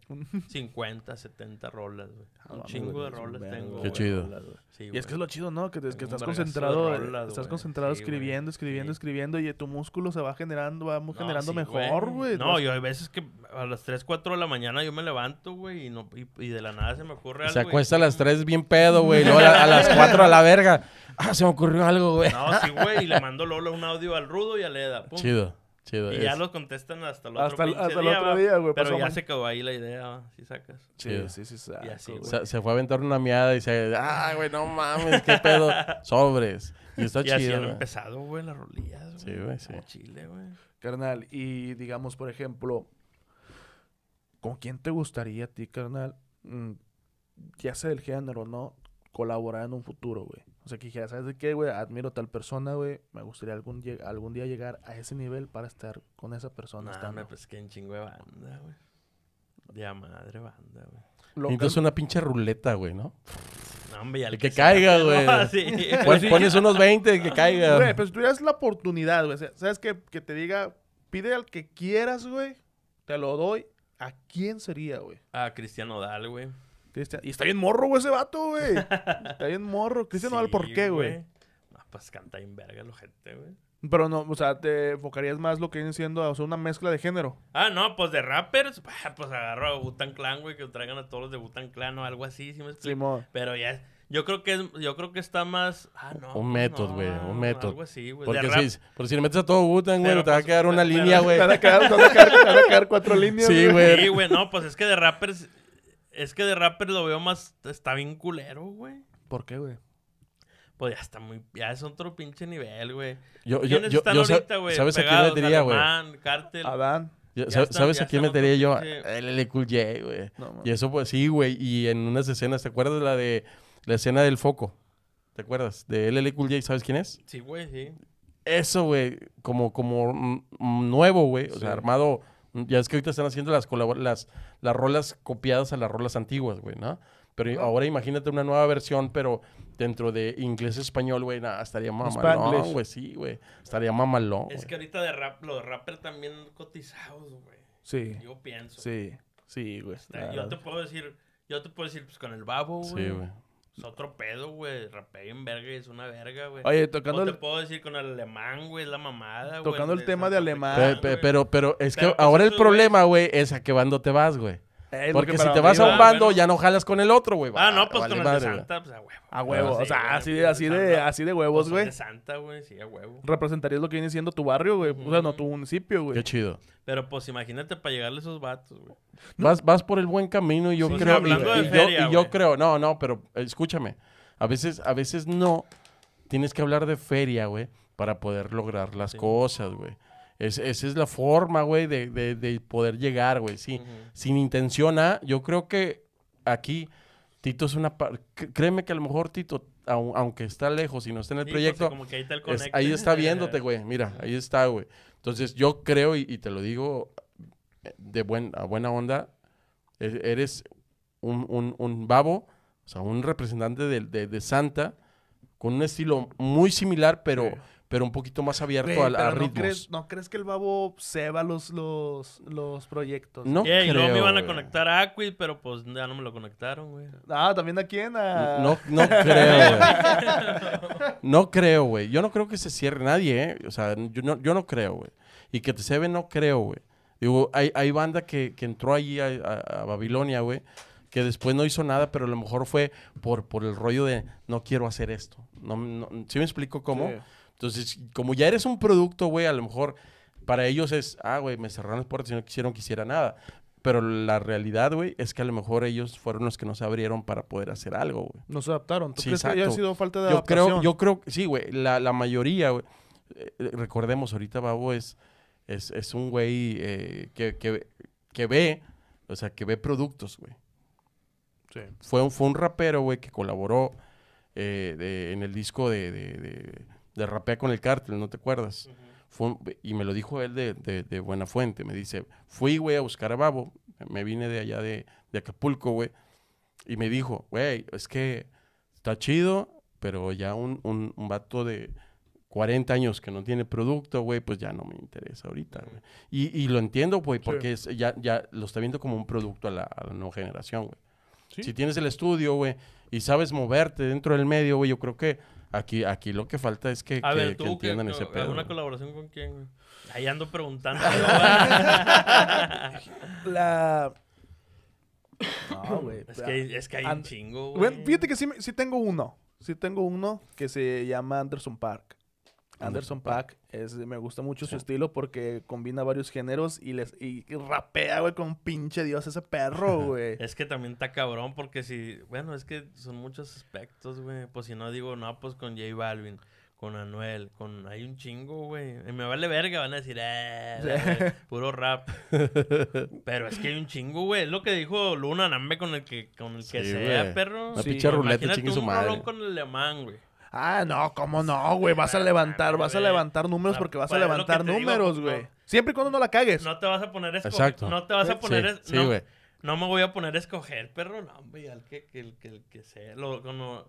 [SPEAKER 3] 50, 70 rolas, güey.
[SPEAKER 2] Ah,
[SPEAKER 3] un
[SPEAKER 2] mames,
[SPEAKER 3] chingo
[SPEAKER 2] güey,
[SPEAKER 3] de
[SPEAKER 2] es un
[SPEAKER 3] rolas
[SPEAKER 2] vergo,
[SPEAKER 3] tengo.
[SPEAKER 2] güey,
[SPEAKER 4] Qué
[SPEAKER 3] güey.
[SPEAKER 4] chido.
[SPEAKER 2] rolas, güey.
[SPEAKER 3] Sí,
[SPEAKER 2] Y es que es
[SPEAKER 3] güey.
[SPEAKER 2] lo chido, ¿no? Que, te- que
[SPEAKER 3] Tengo
[SPEAKER 2] estás
[SPEAKER 3] un vergazo de
[SPEAKER 2] concentrado, eh,
[SPEAKER 3] rolas,
[SPEAKER 2] estás
[SPEAKER 3] güey.
[SPEAKER 2] concentrado
[SPEAKER 3] Sí, güey.
[SPEAKER 2] escribiendo, escribiendo,
[SPEAKER 3] Sí.
[SPEAKER 2] escribiendo y tu músculo se va generando, va
[SPEAKER 3] No,
[SPEAKER 2] generando
[SPEAKER 3] sí,
[SPEAKER 2] mejor, güey.
[SPEAKER 3] No, yo hay veces que a las 3, 4 de la mañana yo me levanto, güey, y, no, y, y de la nada se me ocurre algo.
[SPEAKER 4] Se
[SPEAKER 3] y-
[SPEAKER 4] acuesta a las tres bien pedo, güey, y luego a, la- a las cuatro a la verga. Ah, se me ocurrió algo, güey.
[SPEAKER 3] No, sí, güey, y le mando Lola un audio al Rudo y a Leda. pum.
[SPEAKER 4] Chido, chido.
[SPEAKER 3] Y ya
[SPEAKER 4] es-
[SPEAKER 3] lo contestan hasta el otro,
[SPEAKER 2] Hasta el-
[SPEAKER 3] pinche
[SPEAKER 2] hasta el
[SPEAKER 3] día,
[SPEAKER 2] otro
[SPEAKER 3] va.
[SPEAKER 2] día, güey, pasó
[SPEAKER 3] Pero ya
[SPEAKER 2] man-
[SPEAKER 3] se quedó ahí la idea, va, si sacas.
[SPEAKER 2] Sí, sí, sí. saco,
[SPEAKER 3] Y así,
[SPEAKER 2] güey.
[SPEAKER 3] güey.
[SPEAKER 4] Se, se fue a aventar una miada y se... Ah, güey, no mames, qué pedo. Sobres. Y está
[SPEAKER 3] y así
[SPEAKER 4] chido,
[SPEAKER 3] han
[SPEAKER 4] güey.
[SPEAKER 3] empezado, güey, las rolillas,
[SPEAKER 4] Sí, güey, sí.
[SPEAKER 3] A Chile, güey.
[SPEAKER 2] Carnal, y digamos, por ejemplo, ¿con quién te gustaría a ti, carnal? mm, Ya sea del género o no, colaborar en un futuro, güey. O sea, que ya ¿sabes de qué, güey? Admiro a tal persona, güey. Me gustaría algún, lleg- algún día llegar a ese nivel para estar con esa persona.
[SPEAKER 3] No,
[SPEAKER 2] estando.
[SPEAKER 3] me pues que en chingo de banda, güey. De a madre banda, güey.
[SPEAKER 2] Lo que-
[SPEAKER 4] Entonces una pinche ruleta, güey, ¿no?
[SPEAKER 3] No, hombre, ya
[SPEAKER 4] El
[SPEAKER 3] le
[SPEAKER 4] que
[SPEAKER 3] quise
[SPEAKER 4] caiga,
[SPEAKER 3] meter,
[SPEAKER 4] güey.
[SPEAKER 3] ¿no? Sí. pues,
[SPEAKER 4] Pon- pones unos 20 que
[SPEAKER 2] Güey,
[SPEAKER 4] caiga.
[SPEAKER 2] pero si tuvieras la oportunidad, güey. o sea, ¿Sabes qué? Que te diga, pide al que quieras, güey. Te lo doy. ¿A quién sería, güey?
[SPEAKER 3] A Cristian Odal, güey.
[SPEAKER 2] Cristian- Y está bien morro, güey, ese vato, güey. Está bien morro. Cristian Nodal, ¿por
[SPEAKER 3] Sí,
[SPEAKER 2] qué, güey?
[SPEAKER 3] No, pues canta en verga el ojete, güey.
[SPEAKER 2] Pero no, o sea, te enfocarías más lo que viene siendo, o sea, una mezcla de género.
[SPEAKER 3] Ah, no, pues de rappers, bah, pues agarro a Butan Clan, güey, que traigan a todos los de Butan Clan o algo así, ¿sí me explico?
[SPEAKER 2] Simón.
[SPEAKER 3] Pero ya, es- yo creo que es- yo creo que está más, ah, no.
[SPEAKER 4] Un
[SPEAKER 3] pues
[SPEAKER 4] método,
[SPEAKER 3] no,
[SPEAKER 4] güey, un método.
[SPEAKER 3] Algo así, güey. De
[SPEAKER 4] Porque
[SPEAKER 3] rap,
[SPEAKER 4] si, por si le metes a todo Butan, güey,
[SPEAKER 3] Pero
[SPEAKER 4] te va a
[SPEAKER 3] pues,
[SPEAKER 4] quedar una
[SPEAKER 3] pero-
[SPEAKER 4] línea, güey.
[SPEAKER 2] Te van a quedar, te van a quedar- te van a quedar cuatro líneas.
[SPEAKER 4] Sí, güey.
[SPEAKER 3] Sí, güey, no, pues es que de rappers, es que de rappers lo veo más, está bien culero, güey.
[SPEAKER 2] ¿Por qué, güey?
[SPEAKER 3] Pues ya está muy, ya es otro pinche nivel, güey.
[SPEAKER 4] Yo, yo,
[SPEAKER 3] ¿Quiénes
[SPEAKER 4] yo,
[SPEAKER 3] están
[SPEAKER 4] yo sa-
[SPEAKER 3] ahorita, güey?
[SPEAKER 4] ¿Sabes a
[SPEAKER 3] Pegados,
[SPEAKER 4] quién metería, güey?
[SPEAKER 3] Alemán, Cártel.
[SPEAKER 2] Adán.
[SPEAKER 4] Yo-
[SPEAKER 3] Ya
[SPEAKER 4] sa-
[SPEAKER 3] están-
[SPEAKER 4] ¿Sabes
[SPEAKER 3] ya
[SPEAKER 4] a quién
[SPEAKER 3] están otro
[SPEAKER 4] metería yo?
[SPEAKER 3] pinche-
[SPEAKER 4] LL Cool J, güey.
[SPEAKER 2] No, mames.
[SPEAKER 4] Y eso, pues sí, güey. Y en unas escenas, ¿te acuerdas la de la escena del foco? ¿Te acuerdas? De LL Cool J, ¿sabes quién es?
[SPEAKER 3] Sí, güey, sí.
[SPEAKER 4] Eso, güey, como, como mm, mm, nuevo, güey. O
[SPEAKER 2] Sí.
[SPEAKER 4] sea, armado. mm, Ya es que ahorita están haciendo las, colabor- las, las rolas copiadas a las rolas antiguas, güey, ¿no? Pero ahora imagínate una nueva versión, pero dentro de inglés-español, güey, nah, estaría mamalón,
[SPEAKER 2] Spanglish.
[SPEAKER 4] güey, sí, güey. Estaría mamalón,
[SPEAKER 3] Es
[SPEAKER 4] güey.
[SPEAKER 3] que ahorita de rap, los rappers también cotizados, güey.
[SPEAKER 2] Sí.
[SPEAKER 3] Yo pienso.
[SPEAKER 2] Sí. Sí, güey.
[SPEAKER 3] O sea, Yo te puedo decir, yo te puedo decir, pues con el babo, güey.
[SPEAKER 4] Sí, güey.
[SPEAKER 3] Es otro pedo, güey. Rapea en verga y es una verga, güey.
[SPEAKER 2] Oye,
[SPEAKER 3] No
[SPEAKER 2] tocando
[SPEAKER 3] te
[SPEAKER 2] el,
[SPEAKER 3] puedo decir con el alemán, güey, es la mamada, güey.
[SPEAKER 2] Tocando el tema de
[SPEAKER 3] Santa Fe
[SPEAKER 2] alemán.
[SPEAKER 4] Pe-
[SPEAKER 3] Clan,
[SPEAKER 2] Ah,
[SPEAKER 4] pe-
[SPEAKER 3] güey.
[SPEAKER 4] pero, pero es
[SPEAKER 3] Pero,
[SPEAKER 4] que
[SPEAKER 3] pues,
[SPEAKER 4] ahora el
[SPEAKER 3] estos
[SPEAKER 4] problema, güey, es a qué bando te vas, güey.
[SPEAKER 2] Eh, es lo que
[SPEAKER 4] Porque si
[SPEAKER 2] para
[SPEAKER 4] te
[SPEAKER 2] dónde
[SPEAKER 4] vas a
[SPEAKER 2] iba.
[SPEAKER 4] un bando,
[SPEAKER 3] bueno.
[SPEAKER 4] ya no jalas con el otro, güey.
[SPEAKER 3] Ah,
[SPEAKER 4] Vale,
[SPEAKER 3] no, pues
[SPEAKER 4] vale
[SPEAKER 3] con el
[SPEAKER 4] madre,
[SPEAKER 3] de
[SPEAKER 4] güey.
[SPEAKER 3] Santa, pues a huevo.
[SPEAKER 2] A huevo.
[SPEAKER 3] Sí,
[SPEAKER 2] O sea,
[SPEAKER 3] güey,
[SPEAKER 2] así
[SPEAKER 3] pues,
[SPEAKER 2] de, así de,
[SPEAKER 3] Santa.
[SPEAKER 2] así de
[SPEAKER 3] Pues,
[SPEAKER 2] huevos,
[SPEAKER 3] son
[SPEAKER 2] güey.
[SPEAKER 3] de Santa, güey, sí, a huevo.
[SPEAKER 2] Representarías lo que viene siendo tu barrio, güey. O sea, no tu municipio, güey.
[SPEAKER 4] Qué chido.
[SPEAKER 3] Pero pues imagínate para llegarle a esos vatos, güey.
[SPEAKER 4] Vas, vas por el buen camino y yo
[SPEAKER 3] Sí,
[SPEAKER 4] creo. Y,
[SPEAKER 3] hablando de
[SPEAKER 4] y yo,
[SPEAKER 3] feria,
[SPEAKER 4] y yo
[SPEAKER 3] güey.
[SPEAKER 4] creo. No, no, pero eh, escúchame. A veces, a veces no. Tienes que hablar de feria, güey, para poder lograr las
[SPEAKER 3] Sí.
[SPEAKER 4] cosas, güey. Es- esa es la forma, güey, de, de- de poder llegar, güey. Sí.
[SPEAKER 3] Ujú.
[SPEAKER 4] Sin intención A, yo creo que aquí Tito es una. par- cr- Créeme que a lo mejor Tito, au- aunque está lejos y no está en el
[SPEAKER 3] Sí,
[SPEAKER 4] proyecto,
[SPEAKER 3] pues, como que ahí está el
[SPEAKER 4] Es-
[SPEAKER 3] conecte.
[SPEAKER 4] ahí está viéndote, güey. Mira, ahí está, güey. Entonces, yo creo, y, y te lo digo eh, de buen, a buena onda, e- eres un, un- un babo, o sea, un representante de, de- de Santa, con un estilo muy similar, pero, pero un poquito más abierto
[SPEAKER 2] Güey,
[SPEAKER 4] al- a,
[SPEAKER 2] pero ¿no,
[SPEAKER 4] ritmos.
[SPEAKER 2] crees, ¿No crees que el babo ceba los, los, los proyectos?
[SPEAKER 4] No
[SPEAKER 3] Yeah, Eh, y luego me
[SPEAKER 4] creo,
[SPEAKER 3] iban a
[SPEAKER 4] güey.
[SPEAKER 3] conectar a Aqui, pero pues ya no me lo conectaron, güey.
[SPEAKER 2] Ah, ¿también a quién? A...
[SPEAKER 4] No, no creo, güey. No creo, güey. Yo no creo que se cierre nadie, ¿eh? O sea, yo no, yo no creo, güey. Y que te se ve, no creo, güey. Digo, hay, hay banda que, que entró allí a, a- a Babilonia, güey, que después no hizo nada, pero a lo mejor fue por, por el rollo de no quiero hacer esto. No, no- ¿Sí me explico cómo?
[SPEAKER 2] Sí.
[SPEAKER 4] Entonces, como ya eres un producto, güey, a lo mejor para ellos es, ah, güey, me cerraron las puertas y no quisieron que hiciera nada. Pero la realidad, güey, es que a lo mejor ellos fueron los que nos abrieron para poder hacer algo, güey.
[SPEAKER 2] No se adaptaron. ¿Tú
[SPEAKER 4] Sí,
[SPEAKER 2] crees que haya
[SPEAKER 4] exacto.
[SPEAKER 2] sido falta de
[SPEAKER 4] Yo creo,
[SPEAKER 2] adaptación?
[SPEAKER 4] yo creo, sí, güey, la, la mayoría, güey. Eh, eh, recordemos, ahorita Babo es, es, es un güey eh, que, que, que ve, o sea, que ve productos, güey.
[SPEAKER 2] Sí.
[SPEAKER 4] Fue, un- fue un rapero, güey, que colaboró eh, de- en el disco de, de, de- de Rapea con el Cártel, ¿no te acuerdas? Fue un- y me lo dijo él de, de, de Buena Fuente. Me dice, fui, güey, a buscar a Babo. Me vine de allá de, de Acapulco, güey. Y me dijo, güey, es que está chido, pero ya un, un, un vato de 40 años que no tiene producto, güey, pues ya no me interesa ahorita, güey. Y, y lo entiendo, güey, porque es- ya, ya lo está viendo como un producto a la, a la nueva generación, güey.
[SPEAKER 2] Sí.
[SPEAKER 4] Si tienes el estudio, güey, y sabes moverte dentro del medio, güey, yo creo que aquí, aquí lo que falta es que,
[SPEAKER 3] A
[SPEAKER 4] que-
[SPEAKER 3] ver,
[SPEAKER 4] que
[SPEAKER 3] tú, ¿qué-
[SPEAKER 4] entiendan
[SPEAKER 3] qué-
[SPEAKER 4] ese pedo.
[SPEAKER 3] ¿alguna
[SPEAKER 4] güey.
[SPEAKER 3] colaboración con quién? güey? Ahí ando preguntando.
[SPEAKER 2] La... No, Ah, güey.
[SPEAKER 3] es, que, es que hay un
[SPEAKER 2] And-
[SPEAKER 3] chingo, güey.
[SPEAKER 2] Bueno, fíjate que sí, me- sí tengo uno. Sí tengo uno que se llama Anderson Park. Anderson Park, es, me gusta mucho su estilo porque combina varios géneros y les y, y rapea, güey, con pinche Dios ese perro, güey.
[SPEAKER 3] Es que también está cabrón porque si... Bueno, es que son muchos aspectos, güey. Pues si no digo, no, pues con J Balvin, con Anuel, con... Hay un chingo, güey. Y me vale verga, van a decir, eh, la verga, puro rap. Pero es que hay un chingo, güey. Es lo que dijo Luna Nambe con el que, con el que
[SPEAKER 4] Sí,
[SPEAKER 3] sea,
[SPEAKER 4] güey.
[SPEAKER 3] perro.
[SPEAKER 4] Una
[SPEAKER 3] Sí,
[SPEAKER 4] pinche
[SPEAKER 3] güey,
[SPEAKER 4] ruleta,
[SPEAKER 3] imagínate
[SPEAKER 4] chingue su
[SPEAKER 3] un
[SPEAKER 4] madre.
[SPEAKER 3] rolón con el alemán, güey.
[SPEAKER 2] Ah, no, cómo no, güey. Vas a levantar, vas a
[SPEAKER 3] güey.
[SPEAKER 2] levantar números
[SPEAKER 3] Ah,
[SPEAKER 2] porque vas a
[SPEAKER 3] pues, es lo que
[SPEAKER 2] levantar
[SPEAKER 3] te digo,
[SPEAKER 2] números,
[SPEAKER 3] no.
[SPEAKER 2] güey. Siempre y cuando no la cagues.
[SPEAKER 3] No te vas a poner a escoger.
[SPEAKER 4] Exacto.
[SPEAKER 3] No te vas a poner... es-
[SPEAKER 4] Sí,
[SPEAKER 3] no-
[SPEAKER 4] sí, güey.
[SPEAKER 3] No me voy a poner a escoger, perro. No, hombre, al que, que, el- que, el que sea. Lo, como-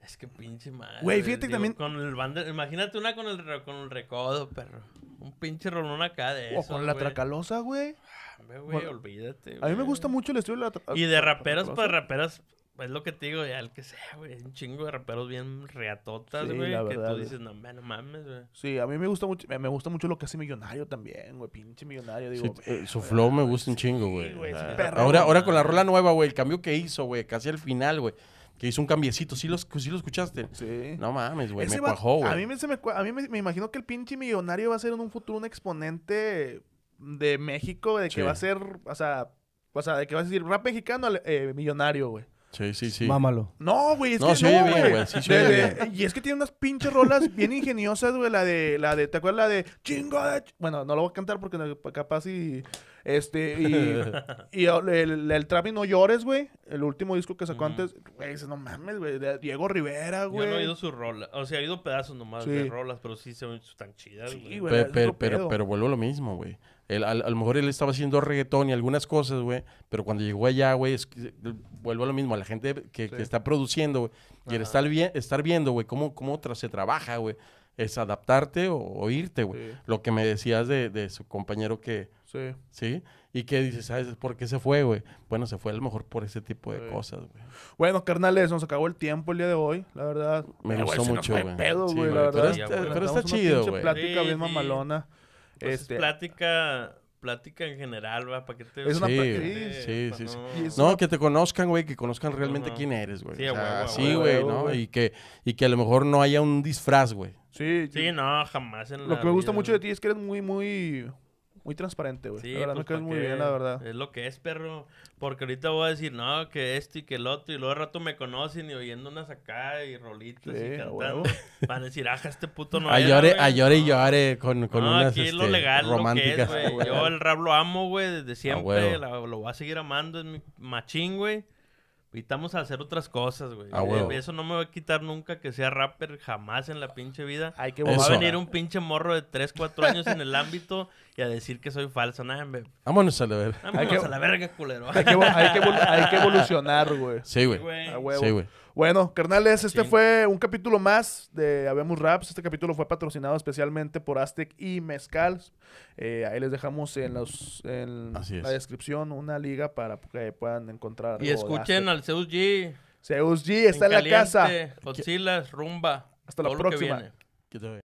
[SPEAKER 3] es que pinche madre.
[SPEAKER 2] Güey, fíjate que
[SPEAKER 3] Digo,
[SPEAKER 2] también-
[SPEAKER 3] Con el banda- imagínate una con el, re- con el recodo, perro. Un pinche rolón acá de
[SPEAKER 2] o
[SPEAKER 3] eso.
[SPEAKER 2] con la
[SPEAKER 3] güey.
[SPEAKER 2] tracalosa, güey.
[SPEAKER 3] Hombre, güey,
[SPEAKER 2] Bueno,
[SPEAKER 3] olvídate.
[SPEAKER 2] A mí me
[SPEAKER 3] güey.
[SPEAKER 2] gusta mucho el estilo de la tra-
[SPEAKER 3] Y de raperos,
[SPEAKER 2] tracalosa.
[SPEAKER 3] pues raperos, es lo que te digo, ya el que sea, güey. Un chingo de raperos bien reatotas,
[SPEAKER 2] Sí,
[SPEAKER 3] güey.
[SPEAKER 2] la
[SPEAKER 3] que
[SPEAKER 2] verdad,
[SPEAKER 3] tú
[SPEAKER 2] güey.
[SPEAKER 3] dices, no, hombre, no mames, güey.
[SPEAKER 2] Sí, a mí me gusta mucho, me- me gusta mucho lo que hace Millonario también, güey, pinche Millonario,
[SPEAKER 4] Sí,
[SPEAKER 2] digo.
[SPEAKER 4] eh, su flow me gusta un chingo, güey.
[SPEAKER 2] güey,
[SPEAKER 4] O
[SPEAKER 2] es un
[SPEAKER 4] sea,
[SPEAKER 2] perro,
[SPEAKER 4] ahora,
[SPEAKER 2] güey.
[SPEAKER 4] ahora con la rola nueva, güey, el cambio que hizo, güey, casi al final, güey. Que hizo un cambiecito, sí lo, sí lo escuchaste.
[SPEAKER 2] Sí.
[SPEAKER 4] No mames, güey,
[SPEAKER 2] Ese
[SPEAKER 4] me
[SPEAKER 2] va-
[SPEAKER 4] cuajó, güey.
[SPEAKER 2] A mí, me, se me, cua- a mí me, me imagino que el pinche millonario va a ser en un futuro un exponente de México, de que
[SPEAKER 4] Sí.
[SPEAKER 2] va a ser, o sea, o sea, de que vas a decir rap mexicano ale- eh, millonario, güey.
[SPEAKER 4] Sí, sí, sí.
[SPEAKER 5] Mámalo.
[SPEAKER 2] No, güey, es
[SPEAKER 4] No,
[SPEAKER 2] que
[SPEAKER 4] se oye
[SPEAKER 2] no,
[SPEAKER 4] bien,
[SPEAKER 2] güey.
[SPEAKER 4] güey, sí se
[SPEAKER 2] De-
[SPEAKER 4] oye
[SPEAKER 2] de- Y es que tiene unas pinches rolas bien ingeniosas, güey, la de, la de, ¿te acuerdas la de chingo de ch-"? Bueno, no lo voy a cantar porque no- capaz y, este, y, y el, el, el trap y no llores, güey, el último disco que sacó
[SPEAKER 3] Ujú.
[SPEAKER 2] antes, güey, dices, no mames, güey, de Diego Rivera,
[SPEAKER 3] Yo
[SPEAKER 2] güey.
[SPEAKER 3] no he oído su rola. O sea, he oído pedazos nomás
[SPEAKER 2] Sí.
[SPEAKER 3] de rolas, pero sí se ven tan chidas,
[SPEAKER 2] Sí,
[SPEAKER 3] güey.
[SPEAKER 2] güey.
[SPEAKER 4] Pe-
[SPEAKER 2] es
[SPEAKER 4] pe-
[SPEAKER 2] otro
[SPEAKER 4] pero,
[SPEAKER 2] pedo.
[SPEAKER 4] pero vuelvo a lo mismo, güey. Él, al- a lo mejor él estaba haciendo reggaetón y algunas cosas, güey. Pero cuando llegó allá, güey, es que- eh, vuelvo a lo mismo. A la gente que, que
[SPEAKER 2] Sí.
[SPEAKER 4] está produciendo, güey. Y el
[SPEAKER 3] Ajá.
[SPEAKER 4] estar, vi- estar viendo, güey, cómo, cómo tra- se trabaja, güey. Es adaptarte o, o irte, güey.
[SPEAKER 2] Sí.
[SPEAKER 4] Lo que me decías de, de su compañero que,
[SPEAKER 2] Sí.
[SPEAKER 4] ¿sí? Y que dices, ¿sabes por qué se fue, güey? Bueno, se fue a lo mejor por ese tipo de
[SPEAKER 2] Sí.
[SPEAKER 4] cosas, güey.
[SPEAKER 2] Bueno, carnales, nos acabó el tiempo el día de hoy, la verdad.
[SPEAKER 4] Me
[SPEAKER 2] Eh, güey,
[SPEAKER 4] gustó
[SPEAKER 2] se nos
[SPEAKER 4] mucho,
[SPEAKER 2] fue
[SPEAKER 4] güey.
[SPEAKER 2] pedo,
[SPEAKER 4] Sí,
[SPEAKER 2] güey, la
[SPEAKER 4] güey, pero
[SPEAKER 2] verdad.
[SPEAKER 3] está-
[SPEAKER 2] Nos
[SPEAKER 4] pero está
[SPEAKER 2] aventamos una
[SPEAKER 4] chido,
[SPEAKER 2] pinche
[SPEAKER 4] güey.
[SPEAKER 2] plática
[SPEAKER 3] Sí,
[SPEAKER 2] bien
[SPEAKER 3] sí.
[SPEAKER 2] mamalona.
[SPEAKER 3] Pues
[SPEAKER 2] este,
[SPEAKER 3] es plática, plática en general, va, ¿para qué te...
[SPEAKER 2] Es una
[SPEAKER 4] Sí,
[SPEAKER 2] pa-
[SPEAKER 4] güey.
[SPEAKER 2] sí,
[SPEAKER 4] sí,
[SPEAKER 3] pa-
[SPEAKER 4] sí, sí.
[SPEAKER 2] Y es-
[SPEAKER 4] No, que te conozcan, güey, que conozcan realmente
[SPEAKER 3] Ajá.
[SPEAKER 4] quién eres, güey.
[SPEAKER 3] Sí,
[SPEAKER 4] o
[SPEAKER 3] a huevo,
[SPEAKER 4] sea,
[SPEAKER 3] a
[SPEAKER 4] sí,
[SPEAKER 3] huevo,
[SPEAKER 2] a
[SPEAKER 4] güey,
[SPEAKER 2] huevo,
[SPEAKER 4] ¿no?
[SPEAKER 2] güey.
[SPEAKER 4] Y que, y que a lo mejor no haya un disfraz, güey.
[SPEAKER 2] sí,
[SPEAKER 3] Sí, no, jamás en
[SPEAKER 2] Lo
[SPEAKER 3] la
[SPEAKER 2] que me gusta
[SPEAKER 3] vida,
[SPEAKER 2] mucho de
[SPEAKER 3] güey.
[SPEAKER 2] ti es que eres muy, muy, muy transparente, güey.
[SPEAKER 3] Sí,
[SPEAKER 2] la verdad,
[SPEAKER 3] pues,
[SPEAKER 2] me caes
[SPEAKER 3] ¿pa'
[SPEAKER 2] muy
[SPEAKER 3] qué?
[SPEAKER 2] bien, la verdad.
[SPEAKER 3] Es lo que es, perro. Porque ahorita voy a decir, no, que esto y que el otro. Y luego al rato me conocen y oyendo unas acá y rolitas
[SPEAKER 2] Sí,
[SPEAKER 3] y
[SPEAKER 2] a
[SPEAKER 3] cantando.
[SPEAKER 2] huevo.
[SPEAKER 3] Van a decir, aja, este puto no
[SPEAKER 4] a
[SPEAKER 3] era,
[SPEAKER 4] llore,
[SPEAKER 3] güey".
[SPEAKER 4] a llore y
[SPEAKER 3] No.
[SPEAKER 4] llore con, con
[SPEAKER 3] no,
[SPEAKER 4] unas
[SPEAKER 3] aquí es lo
[SPEAKER 4] este,
[SPEAKER 3] legal, lo que es,
[SPEAKER 4] románticas.
[SPEAKER 3] güey. Yo el rap lo amo, güey, desde siempre.
[SPEAKER 4] huevo.
[SPEAKER 3] la- lo voy a seguir amando, es mi machín, güey. Y estamos a hacer otras cosas, güey. Eh,
[SPEAKER 4] A huevo.
[SPEAKER 3] Eso no me va a quitar nunca que sea rapper, jamás en la pinche vida.
[SPEAKER 2] Ay, qué
[SPEAKER 4] Eso.
[SPEAKER 3] Va a
[SPEAKER 2] bobada.
[SPEAKER 3] venir un pinche morro de 3, 4 años en el ámbito y a decir que soy falso. Nah, hombre,
[SPEAKER 4] Vámonos a la ver.
[SPEAKER 3] vámonos
[SPEAKER 2] que-
[SPEAKER 3] a la verga, culero.
[SPEAKER 2] Hay que, evol- hay que evol- hay que evolucionar, güey.
[SPEAKER 4] Sí, güey.
[SPEAKER 3] Güey.
[SPEAKER 2] A huevo.
[SPEAKER 4] Sí, güey.
[SPEAKER 2] Bueno, carnales, este
[SPEAKER 3] Sí.
[SPEAKER 2] fue un capítulo más de Habemos Raps. Este capítulo fue patrocinado especialmente por Aztec y Mezcal. Eh, ahí les dejamos en, los, en
[SPEAKER 4] Así es.
[SPEAKER 2] la descripción una liga para que puedan encontrar.
[SPEAKER 3] Y escuchen al Zeus G.
[SPEAKER 2] Zeus G está en la casa.
[SPEAKER 3] Cochilas, rumba.
[SPEAKER 2] Hasta la
[SPEAKER 3] todo lo que
[SPEAKER 2] próxima.
[SPEAKER 3] viene.
[SPEAKER 4] Que te vaya.